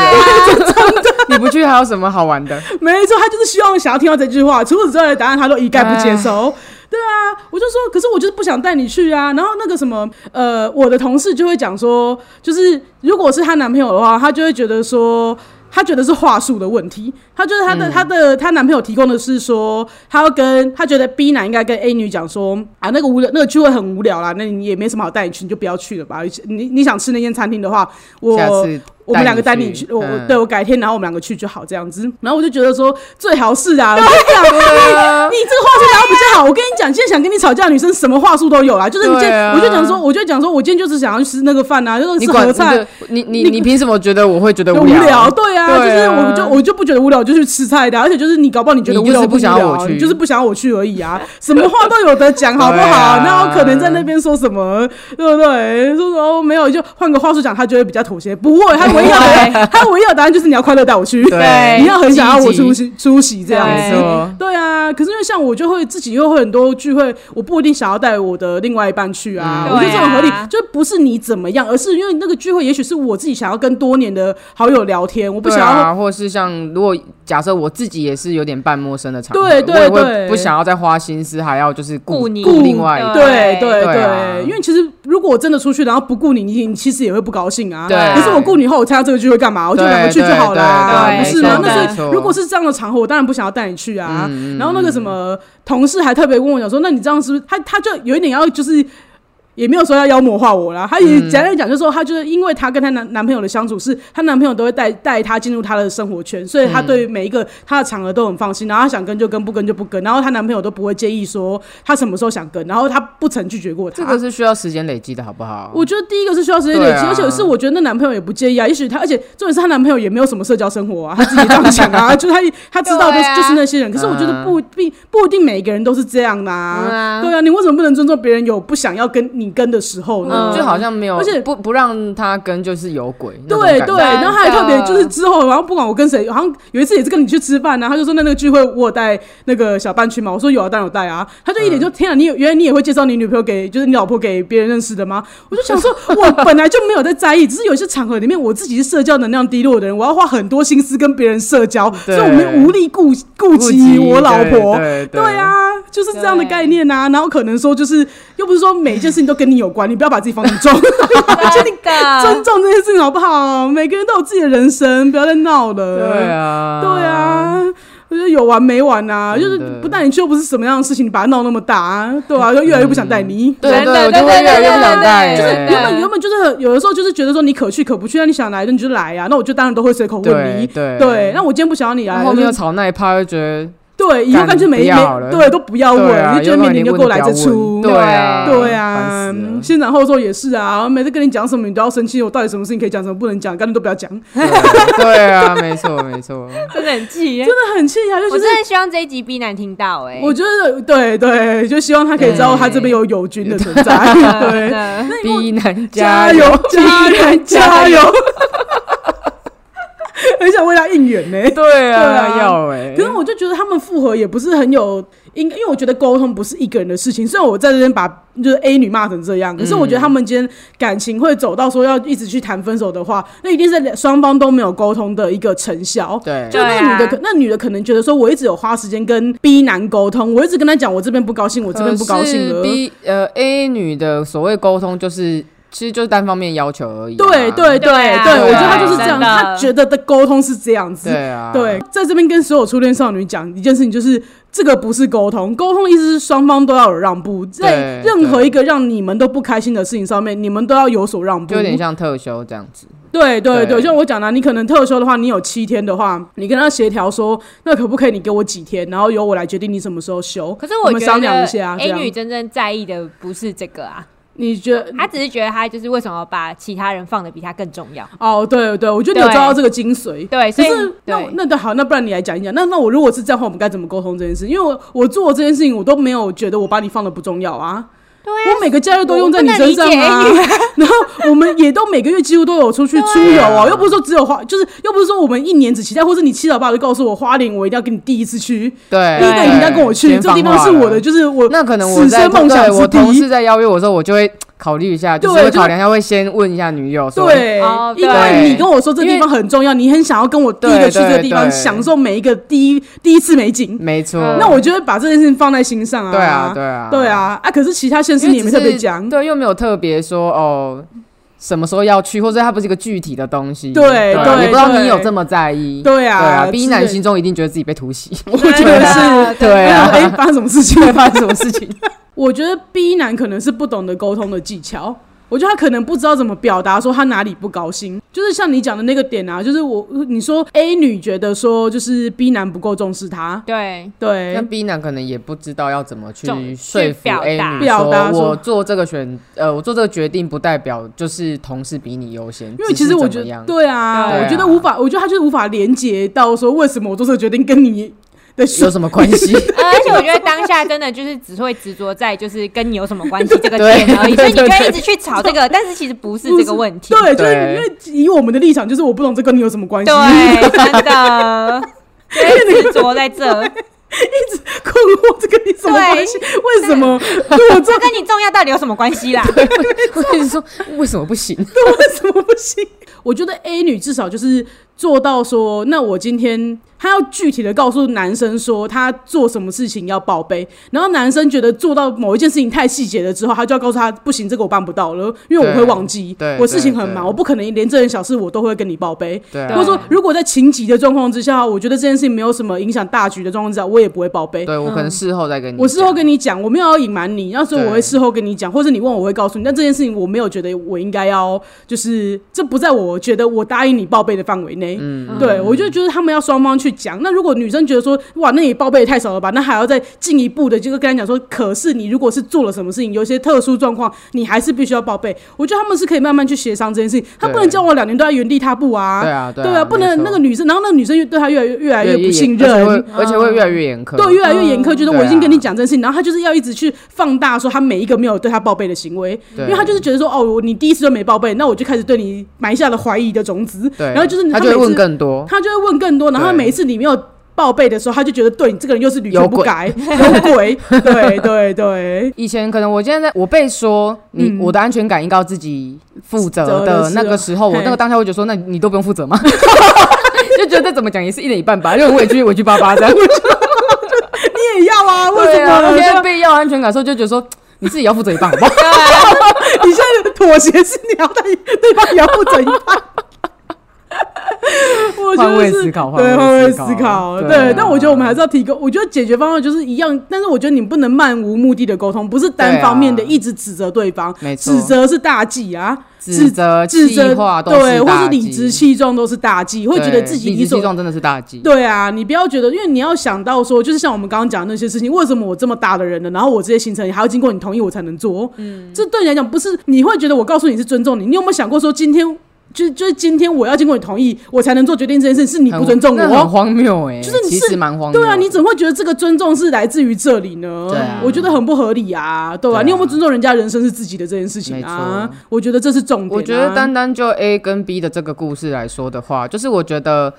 Speaker 3: 你不去还有什么好玩的？
Speaker 1: 没错，他就是希望想要听到这句话。除此之外的答案，他都一概不接受。对啊，我就说，可是我就是不想带你去啊。然后那个什么，呃，我的同事就会讲说，就是如果是她男朋友的话，她就会觉得说。她觉得是话术的问题，她就是她的
Speaker 3: 嗯
Speaker 1: 她、的她男朋友提供的是说，她要跟她觉得 B 男应该跟 A 女讲说啊，那个无聊那个聚会很无聊啦，那你也没什么好带你去，你就不要去了吧。你你想吃那间餐厅的话，我
Speaker 3: 下次
Speaker 1: 我们两个带你去，我、
Speaker 3: 嗯
Speaker 1: 我对我改天，然后我们两个去就好这样子。然后我就觉得说最好是
Speaker 3: [laughs]
Speaker 1: 啊，我跟你讲，
Speaker 3: 啊
Speaker 1: 你这个话术聊得比较好。我跟你讲，现在想跟你吵架的女生什么话术都有啦，就是你今天，
Speaker 3: 对啊
Speaker 1: 我就讲说，我就讲说我今天就是想要去吃那个饭啊，就是
Speaker 3: 你
Speaker 1: 吃
Speaker 3: 管
Speaker 1: 合菜。
Speaker 3: 你你你凭什么觉得我会觉得
Speaker 1: 就无
Speaker 3: 聊？
Speaker 1: 聊，对啊，
Speaker 3: 对啊
Speaker 1: 就是我就我就不觉得无聊，我就去吃菜的啊、而且就是你搞不好你觉得无
Speaker 3: 你就
Speaker 1: 聊
Speaker 3: 是不
Speaker 1: 无
Speaker 3: 想要
Speaker 1: 聊
Speaker 3: 我去
Speaker 1: 你就是不想要我去而已啊，什么话都有的
Speaker 3: [laughs]
Speaker 1: 讲，好不好？
Speaker 3: 对啊
Speaker 1: 那我可能在那边说什么，对不对？说说哦没有，就换个话术讲，他就会比较妥协。不会，他唯一要
Speaker 3: [laughs]
Speaker 1: 的他唯一要答案就是你要快乐带我去，
Speaker 3: 对
Speaker 1: 你要很想要我
Speaker 3: 积极
Speaker 1: 出席出席这样
Speaker 2: 对
Speaker 1: 子。
Speaker 3: 没错，
Speaker 1: 对啊，可是因为像我就会自己又会很多聚会，我不一定想要带我的另外一半去啊。
Speaker 2: 嗯
Speaker 1: 我觉得这种合理，
Speaker 2: 对啊
Speaker 1: 就不是你怎么样，而是因为那个聚会也许是我自己想要跟多年的好友聊天，我不
Speaker 3: 对
Speaker 1: 想要。
Speaker 3: 啊，或者是像如果假设我自己也是有点半陌生的场合，
Speaker 1: 对对
Speaker 3: 我也
Speaker 1: 对
Speaker 3: 会不想要再花心思，还要就是顾
Speaker 2: 顾你
Speaker 3: 顾另外一
Speaker 2: 对
Speaker 1: 对对
Speaker 3: 对啊
Speaker 1: 因为其实如果我真的出去，然后不顾你，你你其实也会不高兴啊。
Speaker 3: 对
Speaker 1: 可是我顾你后，我参加这个聚会干嘛？我就
Speaker 3: 对
Speaker 1: 两个去就好啦，
Speaker 2: 对
Speaker 1: 不
Speaker 2: 对
Speaker 1: 是吗？
Speaker 2: 没错
Speaker 1: 那
Speaker 3: 没
Speaker 1: 是
Speaker 3: 错
Speaker 1: 如果是这样的场合，我当然不想要带你去啊。然后那个什么同事还特别问我讲说，那你这样是不是？他他就有一点要就是。也没有说要妖魔化我啦，他
Speaker 2: 嗯
Speaker 1: 也简单地讲，就是说她就是因为她跟她男男朋友的相处是，她男朋友都会带带她进入她的生活圈，所以她对于每一个她的场合都很放心，然后她想跟就跟，不跟就不
Speaker 2: 嗯
Speaker 1: 跟，然后她男朋友都不会介意说她什么时候想跟，然后她不曾拒绝过她。
Speaker 2: 啊
Speaker 3: 这个是需要时间累积的，好不好？
Speaker 1: 我觉得第一个是需要时间累积，
Speaker 3: 对啊
Speaker 1: 而且是我觉得那男朋友也不介意啊。也许他，而且重点是她男朋友也没有什么社交生活啊，她自己这样讲
Speaker 2: [laughs]
Speaker 1: 啊，就她她知道的
Speaker 2: 对啊
Speaker 1: 就是那些人。可是我觉得不并不一定每一个人都是这样的
Speaker 2: 嗯
Speaker 1: 啊。
Speaker 2: 啊
Speaker 1: 对啊，你为什么不能尊重别人有不想要跟你跟的时候
Speaker 2: 嗯
Speaker 1: 呢？
Speaker 3: 就好像没有，
Speaker 1: 而且
Speaker 3: 不不让他跟就是有鬼那种
Speaker 1: 对
Speaker 3: 感觉。
Speaker 1: 对，
Speaker 2: 真的
Speaker 1: 然后他还特别就是之后，然后不管我跟谁，好像有一次也是跟你去吃饭呢、啊，他就说那那个聚会我有带那个小班去嘛，我说有啊，当然有带啊，他就一脸就、天啊，你有原来你也会介绍你女朋友给就是你老婆给别人认识的吗？ [laughs] 我就想
Speaker 3: [laughs]
Speaker 1: 说，我本来就没有在在意，只是有些场合里面我自己是社交能量低落的人，我要花很多心思跟别人社交，所
Speaker 3: 嗯对
Speaker 1: 以我们无力顾顾
Speaker 3: 顾
Speaker 1: 及
Speaker 3: 及
Speaker 1: 我老
Speaker 3: 对
Speaker 1: 婆。
Speaker 3: 对
Speaker 1: 对啊，就是这样的概念啊。然后可能说，就是又不是说每一件事情都跟你有关，你不要把自己放很重。
Speaker 2: 真
Speaker 1: 尊
Speaker 3: 啊
Speaker 2: 的，
Speaker 1: 重这件事情好不好？每个人都有自己的人生，不要再闹了。
Speaker 3: 对，啊，
Speaker 1: 对啊。我觉得有完没完啊！就
Speaker 3: 真
Speaker 1: 是
Speaker 3: 的
Speaker 1: 不带你去又不是什么样的事情，你把它闹那么大、啊，对啊，就越来越不想带你。
Speaker 3: 对
Speaker 2: 真
Speaker 3: 对
Speaker 2: 的
Speaker 3: 我就
Speaker 2: 对
Speaker 3: 会
Speaker 2: 对
Speaker 3: 越来越
Speaker 2: 对
Speaker 3: 不想
Speaker 2: 对
Speaker 3: 带
Speaker 2: 就是
Speaker 3: 欸。
Speaker 2: 对
Speaker 1: 原本原本就是很有的时候就是觉得说你可去可不去，那你想来的你就来啊，那我就当然都会随口问你。
Speaker 3: 对
Speaker 1: 对，那我今天不想要你来，
Speaker 3: 后面
Speaker 1: 我就
Speaker 3: 又吵那一趴，就觉得
Speaker 1: 对以后干脆没
Speaker 3: 不
Speaker 1: 没
Speaker 3: 要好了
Speaker 1: 对都不要
Speaker 3: 对啊，
Speaker 1: 问，就觉得明
Speaker 3: 有可能
Speaker 1: 年
Speaker 3: 你
Speaker 1: 就
Speaker 3: 问
Speaker 1: 过
Speaker 3: 得
Speaker 1: 来
Speaker 3: 不
Speaker 1: 这
Speaker 3: 要问
Speaker 1: 出。
Speaker 3: 对啊，
Speaker 1: 对
Speaker 3: 烦
Speaker 1: 啊
Speaker 3: 死了，
Speaker 1: 先斩后奏也是啊。每次跟你讲什么，你都要生气。我到底什么事情可以讲，什么不能讲，干脆都不要讲，真
Speaker 3: 对对啊，没错没错，
Speaker 2: 真的很气耶。
Speaker 1: 的很气啊！尤
Speaker 2: 我
Speaker 1: 其是
Speaker 2: 真的希望这一集 B 男听到哎、
Speaker 1: 我觉得，对对，就希望他可以知道他这边有友军的存在。
Speaker 2: 真
Speaker 1: 对，
Speaker 2: 的
Speaker 3: [laughs] 逼
Speaker 1: [laughs]
Speaker 3: 男
Speaker 1: 加 [laughs]
Speaker 3: 油，
Speaker 1: 油，加油，加油！很想想为他应援呢、
Speaker 3: [laughs] 对
Speaker 1: 对啊
Speaker 3: 啊，要哎、
Speaker 1: 可是我就觉得他们复合也不是很有，应因为我觉得沟通不是一个人的事情。虽然我在这边把就是 A 女骂成这
Speaker 3: 嗯
Speaker 1: 样，可是我觉得他们间感情会走到说要一直去谈分手的话，那一定是两双方都没有沟通的一个成效。
Speaker 3: 对啊
Speaker 1: 就那个女的可，那女的可能觉得说，我一直有花时间跟 B 男沟通，我一直跟他讲我这边不高兴，我这边不高兴
Speaker 3: 可
Speaker 1: 了
Speaker 3: 是。B 呃 A 女的所谓沟通就是，其实就是单方面要求而已、啊。
Speaker 1: 对对对
Speaker 2: 对啊
Speaker 1: 我觉得他就是这样，
Speaker 2: 真的
Speaker 1: 他觉得的沟通是这样子。
Speaker 3: 对啊，
Speaker 1: 对，在这边跟所有初恋少女讲一件事情，就是这个不是沟通，沟通的意思是双方都要有让步，在
Speaker 3: 对
Speaker 1: 任何一个让你们都不开心的事情上面，你们都要有所让步。
Speaker 3: 就有点像特休这样子。
Speaker 1: 对对对，
Speaker 3: 对
Speaker 1: 就像我讲的啊，你可能特休的话，你有七天的话，你跟他协调说，那可不可以你给我几天，然后由我来决定你什么时候休。
Speaker 2: 可是我
Speaker 1: 们
Speaker 2: 觉
Speaker 1: 商量
Speaker 2: 得
Speaker 1: 一下，这
Speaker 2: A
Speaker 1: 样
Speaker 2: 女真正在意的不是这个啊，
Speaker 1: 你觉得？
Speaker 2: 她只是觉得她就是为什么把其他人放的比她更重要。
Speaker 1: 哦，对对，我觉得你有
Speaker 2: 对
Speaker 1: 抓到这个精髓。
Speaker 2: 对，
Speaker 1: 可
Speaker 2: 所以
Speaker 1: 是那我
Speaker 2: 对
Speaker 1: 那对好，那不然你来讲一讲。那那我如果是这样的话，我们该怎么沟通这件事？因为我我做这件事情，我都没有觉得我把你放的不重要啊。
Speaker 2: 对
Speaker 1: 我每个假日都用在你身上啊
Speaker 2: 我不能理，
Speaker 1: [laughs] 然后我们也都每个月几乎都有出去出游哦，
Speaker 3: 对啊
Speaker 1: 又不是说只有花，就是又不是说我们一年只期待，或是你七老八十就告诉我花莲我一定要跟你第一次去，
Speaker 3: 对，
Speaker 1: 第一个你一定要跟我去，
Speaker 3: 先
Speaker 1: 这个地
Speaker 3: 放
Speaker 1: 方
Speaker 3: 话
Speaker 1: 是我
Speaker 3: 了
Speaker 1: 的，就是我
Speaker 3: 那可能我在
Speaker 1: 此生梦想
Speaker 3: 对我
Speaker 1: 之地
Speaker 3: 同事在邀约我的时候，我就会考虑一下，就是
Speaker 1: 对
Speaker 3: 会
Speaker 1: 就
Speaker 3: 考量一下，会先问一下女友说，
Speaker 1: 对
Speaker 2: 哦，
Speaker 1: 因为
Speaker 3: 对
Speaker 1: 你跟我说这地方很重要，你很想要跟我第一个去这个地方，
Speaker 3: 对对对
Speaker 1: 享受每一个第一第一次美景。
Speaker 3: 没错。
Speaker 2: 嗯
Speaker 1: 那我就会把这件事情放在心上啊。
Speaker 3: 对啊，对啊，
Speaker 1: 对，啊，啊，可是其他县市
Speaker 3: 因
Speaker 1: 你也
Speaker 3: 为只
Speaker 1: 没
Speaker 3: 是
Speaker 1: 特别讲，
Speaker 3: 对，又没有特别说哦。什么时候要去，或者它不是一个具体的东西，
Speaker 1: 对
Speaker 3: 啊
Speaker 2: 对
Speaker 3: 也不知道
Speaker 1: 对
Speaker 3: 你有这么在意，
Speaker 1: 对啊
Speaker 3: 对啊
Speaker 1: 之
Speaker 3: ，B
Speaker 1: 类
Speaker 3: 男
Speaker 1: 的
Speaker 3: 心中一定觉得自己被突袭，
Speaker 1: [laughs] 我觉得是。
Speaker 3: 对
Speaker 1: 哎、
Speaker 3: [laughs] 啊，
Speaker 1: 发生什么事情？ [laughs]
Speaker 3: 发生什么事情？
Speaker 1: 我觉得 B 男可能是不懂得沟通的技巧，我觉得他可能不知道怎么表达说他哪里不高兴，就是像你讲的那个点啊，就是我你说 A 女觉得说就是 B 男不够重视她，
Speaker 2: 对
Speaker 1: 对
Speaker 3: 那 B 男可能也不知道要怎么去
Speaker 2: 重
Speaker 3: 说
Speaker 2: 去
Speaker 3: 服
Speaker 2: 表
Speaker 3: A
Speaker 2: 达
Speaker 3: 女
Speaker 1: 表达
Speaker 3: 说，
Speaker 1: 说
Speaker 3: 我做这个选，呃，我做这个决定不代表就是同事比你优先，
Speaker 1: 因为其实我觉得，对啊，
Speaker 2: 对啊
Speaker 1: 我觉得无法，我觉得他就是无法连接到说为什么我做这个决定跟你的
Speaker 3: 只是怎么样有什么关
Speaker 1: [laughs]
Speaker 3: 系？ [laughs]
Speaker 2: 呃而且我觉得当下真的就是只会执着在就是跟你有什么关系这个
Speaker 3: 对
Speaker 2: 点而已，所以你
Speaker 3: 对对
Speaker 2: 可以
Speaker 3: 对
Speaker 2: 一直去吵
Speaker 1: [laughs]
Speaker 2: 这个，但是其实不是这个问题。
Speaker 1: 对，就是
Speaker 3: 对
Speaker 1: 因为以我们的立场，就是我不懂这跟你有什么关系，
Speaker 2: 对，真的，就会执着在这，
Speaker 1: [laughs] 困惑这跟你什么关系？为什么？对我
Speaker 2: 这跟你重要到底有什么关
Speaker 1: [laughs]
Speaker 2: 系啦？
Speaker 3: 我跟你说，为什么不行？
Speaker 1: 对，为什么不行？我觉得 A 女至少就是做到说，那我今天她要具体的告诉男生说，她做什么事情要报备，然后男生觉得做到某一件事情太细节了之后，他就要告诉他不行，这个我办不到了，因为我会忘记，
Speaker 3: 对对
Speaker 1: 我事情很
Speaker 3: 对
Speaker 1: 忙，我不可能连这件小事我都会跟你报备。
Speaker 3: 对
Speaker 1: 或
Speaker 3: 啊
Speaker 1: 者，说，如果在情急的状况之下，我觉得这件事情没有什么影响大局的状况之下，我也不会报备。
Speaker 3: 对我可能事后再跟你讲，
Speaker 1: 嗯我事后跟你讲，我没有要隐瞒你，那时候我会
Speaker 3: 嗯啊对
Speaker 1: 事后跟你讲，或者你问我会告诉你。但这件事情我没有觉得我应该要，就是这不在我觉得我答应你报备的范围内。
Speaker 3: 嗯，
Speaker 1: 对，我就觉得他们要双方去讲。那如果女生觉得说，哇，那你报备也太少了吧？那还要再进一步的，就是跟他讲说，可是你如果是做了什么事情，有一些特殊状况，你还是必须要报备。我觉得他们是可以慢慢去协商这件事情，他不能
Speaker 3: 对
Speaker 1: 叫我两年都在原地踏步啊。
Speaker 3: 对啊，
Speaker 1: 对啊，不能那个女生，然后那个女生又对他越来越越来越
Speaker 3: 越
Speaker 1: 不信
Speaker 3: 而且
Speaker 1: 任，
Speaker 3: 会而且会越来越严苛，
Speaker 1: 对，越来越严苛，觉得我已经
Speaker 3: 对啊
Speaker 1: 跟你讲这件事情，然后他就是要一直去放大说他每一个没有对他报备的行为，因
Speaker 3: 对
Speaker 1: 为他就是觉得说哦，你第一次就没报备，那我就开始对你埋下了怀疑的种子，
Speaker 3: 对，
Speaker 1: 然后就是
Speaker 3: 他
Speaker 1: 他
Speaker 3: 就会
Speaker 1: 每
Speaker 3: 问
Speaker 1: 次
Speaker 3: 更多，
Speaker 1: 他就会问更多，然后他
Speaker 3: 对
Speaker 1: 每一次你没有报备的时候，他就觉得对你这个人又是屡劝
Speaker 3: 有
Speaker 1: 不
Speaker 3: 鬼
Speaker 1: 改，有鬼，对对对，
Speaker 3: 以前可能我现在在我被说你、
Speaker 1: 嗯
Speaker 3: 我的安全感应该要自己负责
Speaker 1: 责的
Speaker 3: 的
Speaker 1: 时候
Speaker 3: 那个时候，
Speaker 1: 嘿
Speaker 3: 我那个当下会觉得说，那你都不用负责吗？ [laughs] 就觉得再怎么讲也是一人一半吧，就很委屈委屈巴巴这样。 [laughs]
Speaker 1: 你也要啊？为什
Speaker 3: 对啊，
Speaker 1: 么？
Speaker 3: 我
Speaker 1: 你
Speaker 3: 现
Speaker 1: 现在
Speaker 3: 在被要安全感的时候，就觉得说你自己要负责一半好不 [laughs] 好？
Speaker 1: [laughs] 你现在妥协是你要对对方也要负责一半。 [laughs] 我觉
Speaker 3: 换
Speaker 1: 得
Speaker 3: 位
Speaker 1: 是
Speaker 3: 思考，
Speaker 1: 对，换
Speaker 3: 位
Speaker 1: 位思考，对。
Speaker 3: 啊
Speaker 1: 但我觉得我们还是要提供，我觉得解决方案就是一样，但是我觉得你不能漫无目的的沟通，不是单方面的
Speaker 3: 对啊
Speaker 1: 一直指责对方，
Speaker 3: 没错
Speaker 1: 指责是大忌啊，
Speaker 3: 指责、
Speaker 1: 指责
Speaker 3: 气话都
Speaker 1: 对，
Speaker 3: 是
Speaker 1: 或
Speaker 3: 大
Speaker 1: 是
Speaker 3: 忌
Speaker 1: 理直，气壮都是大忌，会觉得
Speaker 3: 对
Speaker 1: 自己
Speaker 3: 理
Speaker 1: 理
Speaker 3: 直
Speaker 1: 所
Speaker 3: 气壮真的是大忌。
Speaker 1: 对啊，你不要觉得，因为你要想到说，就是像我们刚刚讲的那些事情，为什么我这么大的人了，然后我这些行程还要经过你同意我才能做？嗯，这对你来讲不是你会觉得我告诉你是尊重你，你有没有想过说今天？就就是今天我要经过你同意，我才能做决定这件事，是你
Speaker 3: 很
Speaker 1: 不尊重
Speaker 3: 那很
Speaker 1: 我。
Speaker 3: 荒谬哎、
Speaker 1: 就是你
Speaker 3: 其
Speaker 1: 是
Speaker 3: 实蛮荒谬。
Speaker 1: 对啊，你怎么会觉得这个尊重是来自于这里呢？
Speaker 3: 对啊
Speaker 1: 我觉得很不合理啊，对吧、
Speaker 3: 对啊
Speaker 1: 你有没有尊重人家人生是自己的这件事情啊
Speaker 3: 没错？
Speaker 1: 我觉得这是重点、啊。
Speaker 3: 我觉得单单就 A 跟 B 的这个故事来说的话，就是我觉得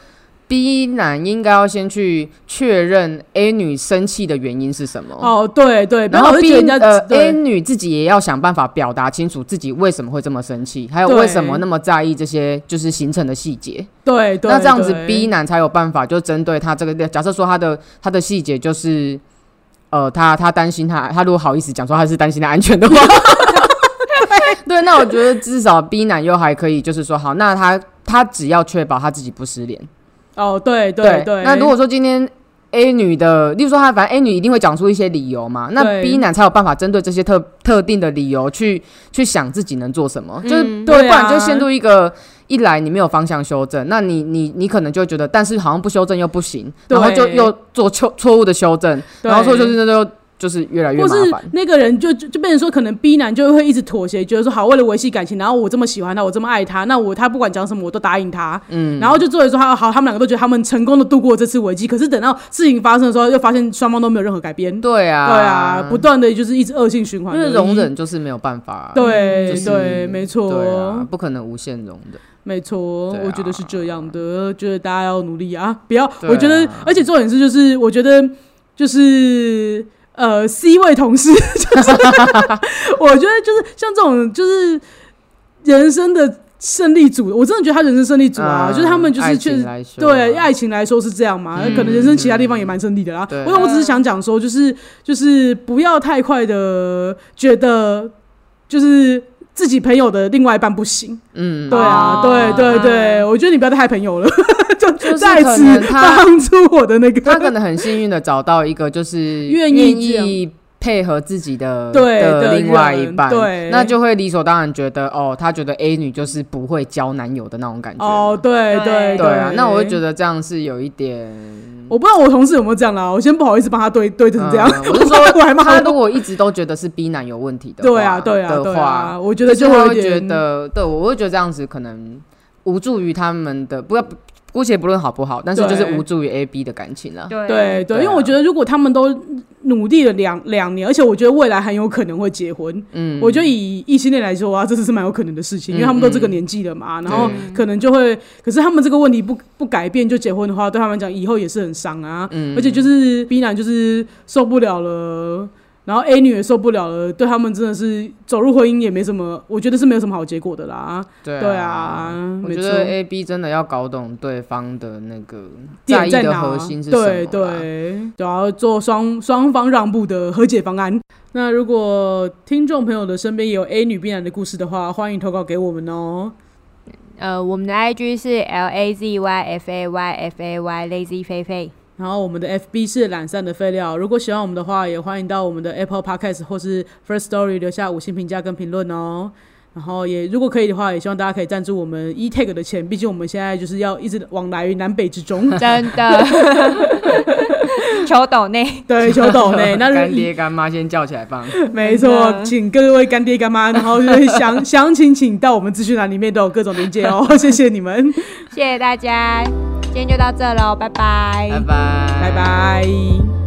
Speaker 3: B 男应该要先去确认 A 女生气的原因是什么。
Speaker 1: 哦，对对，不
Speaker 3: 然
Speaker 1: 要老
Speaker 3: 后
Speaker 1: 是
Speaker 3: B
Speaker 1: 觉得人家
Speaker 3: 呃 A
Speaker 1: 对
Speaker 3: 女自己也要想办法表达清楚自己为什么会这么生气，还有
Speaker 1: 对
Speaker 3: 为什么那么在意这些就是行程的细节。
Speaker 1: 对对，
Speaker 3: 那这样子
Speaker 1: 对
Speaker 3: B 男才有办法就针对他这个，假设说他的他的细节就是，呃，他他担心他他如果好意思讲说他是担心他安
Speaker 1: [laughs]
Speaker 3: 全的话，对，那我觉得至少 B 男又还可以，就是说好，那他他只要确保他自己不失联。
Speaker 1: 哦，对对对，
Speaker 3: 那如果说今天 A 女的，例如说她，反正 A 女一定会讲出一些理由嘛，那
Speaker 1: 对
Speaker 3: B 男才有办法针对这些特特定的理由去去想自己能做什么，就是
Speaker 2: 嗯
Speaker 3: 不会
Speaker 1: 对
Speaker 3: 不然
Speaker 1: 啊
Speaker 3: 就陷入一个。一来你没有方向修正，那你你你可能就会觉得，但是好像不修正又不行，
Speaker 1: 对
Speaker 3: 然后就又做错错误的修正，
Speaker 1: 对
Speaker 3: 然后错误修正就就是越来越
Speaker 1: 或
Speaker 3: 麻
Speaker 1: 是
Speaker 3: 烦。
Speaker 1: 那个人就就就变成说，可能 B 男就会一直妥协，觉得说好，为了维系感情，然后我这么喜欢他，我这么爱他，那我他不管讲什么我都答应他，嗯，然后就作为说他好，他们两个都觉得他们成功的度过这次危机，可是等到事情发生的时候，又发现双方都没有任何改变，
Speaker 3: 对啊，
Speaker 1: 对啊，不断的就是一直恶性循环，
Speaker 3: 因为容，忍就是没有办法啊，
Speaker 1: 对、
Speaker 3: 就是
Speaker 1: 对，没错，
Speaker 3: 对啊，不可能无限容忍。
Speaker 1: 没错，
Speaker 3: 对啊
Speaker 1: 我觉得是这样的，觉得大家要努力啊，不要，
Speaker 3: 对啊
Speaker 1: 我觉得，而且重点是，就是我觉得，就是呃，C 位同事，
Speaker 3: [laughs]
Speaker 1: 就是我觉得就是像这种，就是人生的胜利组，我真的觉得他人生胜利组啊，
Speaker 3: 嗯
Speaker 1: 就是他们就是
Speaker 3: 爱
Speaker 1: 确
Speaker 3: 情
Speaker 1: 实。
Speaker 3: 来说
Speaker 1: 对
Speaker 3: 啊
Speaker 1: 爱情来说是这样嘛，
Speaker 3: 嗯
Speaker 1: 可能人生其他地方也蛮顺利的啦。
Speaker 3: 对啊
Speaker 1: 我我只是想讲说，就是就是不要太快的觉得，就是自己朋友的另外一半不行。
Speaker 3: 嗯，
Speaker 1: 对啊，
Speaker 2: 哦
Speaker 1: 对对对，
Speaker 2: 嗯
Speaker 1: 我觉得你不要太害朋友了，就
Speaker 3: 就是
Speaker 1: 再
Speaker 3: 可
Speaker 1: 次
Speaker 3: 能他
Speaker 1: 当初我的那个，
Speaker 3: [laughs] 他可能很幸运的找到一个就是
Speaker 1: 愿
Speaker 3: 意
Speaker 1: 意
Speaker 3: 配合自己的
Speaker 1: 对
Speaker 3: 的
Speaker 1: 的
Speaker 3: 另外一半，
Speaker 1: 人对
Speaker 3: 那就会理所当然觉得哦，他觉得 A 女就是不会交男友的那种感觉。
Speaker 1: 哦，，对对
Speaker 2: 对
Speaker 3: 对啊，那我会觉
Speaker 1: 得，
Speaker 3: 得这样是有一点。
Speaker 1: 我不知道我同事有没有这样啦，我先不好意思帮他对对成这样，
Speaker 3: 嗯我是说
Speaker 1: 我还骂
Speaker 3: 他如
Speaker 1: 我，
Speaker 3: 果一直都觉得是 B 男有问题的话，
Speaker 1: 对啊对啊
Speaker 3: 的
Speaker 1: 对
Speaker 3: 话
Speaker 1: 啊，，我觉
Speaker 3: 觉
Speaker 1: 得
Speaker 3: 就
Speaker 1: 会
Speaker 3: 他
Speaker 1: 有
Speaker 3: 会觉
Speaker 1: 点，
Speaker 3: 得，对我会觉得这样子可能无助于他们的，不要姑且不论好不好，但是就是
Speaker 1: 对
Speaker 3: 无助于 A B 的感情了。
Speaker 2: 对
Speaker 1: 对对，
Speaker 3: 对
Speaker 1: 因为我
Speaker 3: 啊
Speaker 1: 觉得如果他们都努力了两两年，而且我觉得未来很有可能会结婚，
Speaker 3: 嗯，
Speaker 1: 我觉得以异性恋来说啊，这只是蛮有可能的事情，因为他们都这个年纪了
Speaker 3: 嗯
Speaker 1: 嘛，然后可能就会，可是他们这个问题不不改变就结婚的话，对他们讲以后也是很伤啊，
Speaker 3: 嗯
Speaker 1: 而且就是 B 男就是受不了了。然后 A 女也受不了了，对他们真的是走入婚姻也没什么，我觉得是没有什么好结果的啦。
Speaker 3: 对
Speaker 1: 对啊，
Speaker 3: 我
Speaker 1: 没
Speaker 3: 觉
Speaker 1: 错
Speaker 3: 得 A B 真的要搞懂对方的那个在
Speaker 1: 点
Speaker 3: 意
Speaker 1: 在
Speaker 3: 的
Speaker 1: 哪？
Speaker 3: 核心是什么啦。
Speaker 1: 对
Speaker 3: [laughs]
Speaker 1: 对，就要做双双方让步的和解方案。那如果听众朋友的身边也有 A 女 B 男的故事的话，欢迎投稿给我们哦。
Speaker 2: 呃，我们的 IG 是 L A Z Y F A Y F A Y Lazy 菲菲。。
Speaker 1: 然后我们的 FB 是懒散的废料。如果喜欢我们的话，也欢迎到我们的 Apple Podcast 或是 First Story 留下五星评价跟评论哦。然后也如果可以的话，也希望大家可以赞助我们 E Tag 的钱，毕竟我们现在就是要一直往来于南北之
Speaker 3: [laughs]
Speaker 1: 中
Speaker 2: 真的， [laughs] 求抖内，
Speaker 1: 对，求懂呢。哦那如
Speaker 3: 干爹干妈先叫起来
Speaker 1: [laughs]
Speaker 3: 放。
Speaker 1: 没
Speaker 2: 真
Speaker 1: 错，
Speaker 2: 的
Speaker 1: 请各位干爹干妈，然后就是详详情请到我们资讯栏里面都有各种连接哦。谢谢你们，
Speaker 2: 谢谢大家，今天就到这喽，拜拜
Speaker 3: 拜拜，
Speaker 1: 拜拜。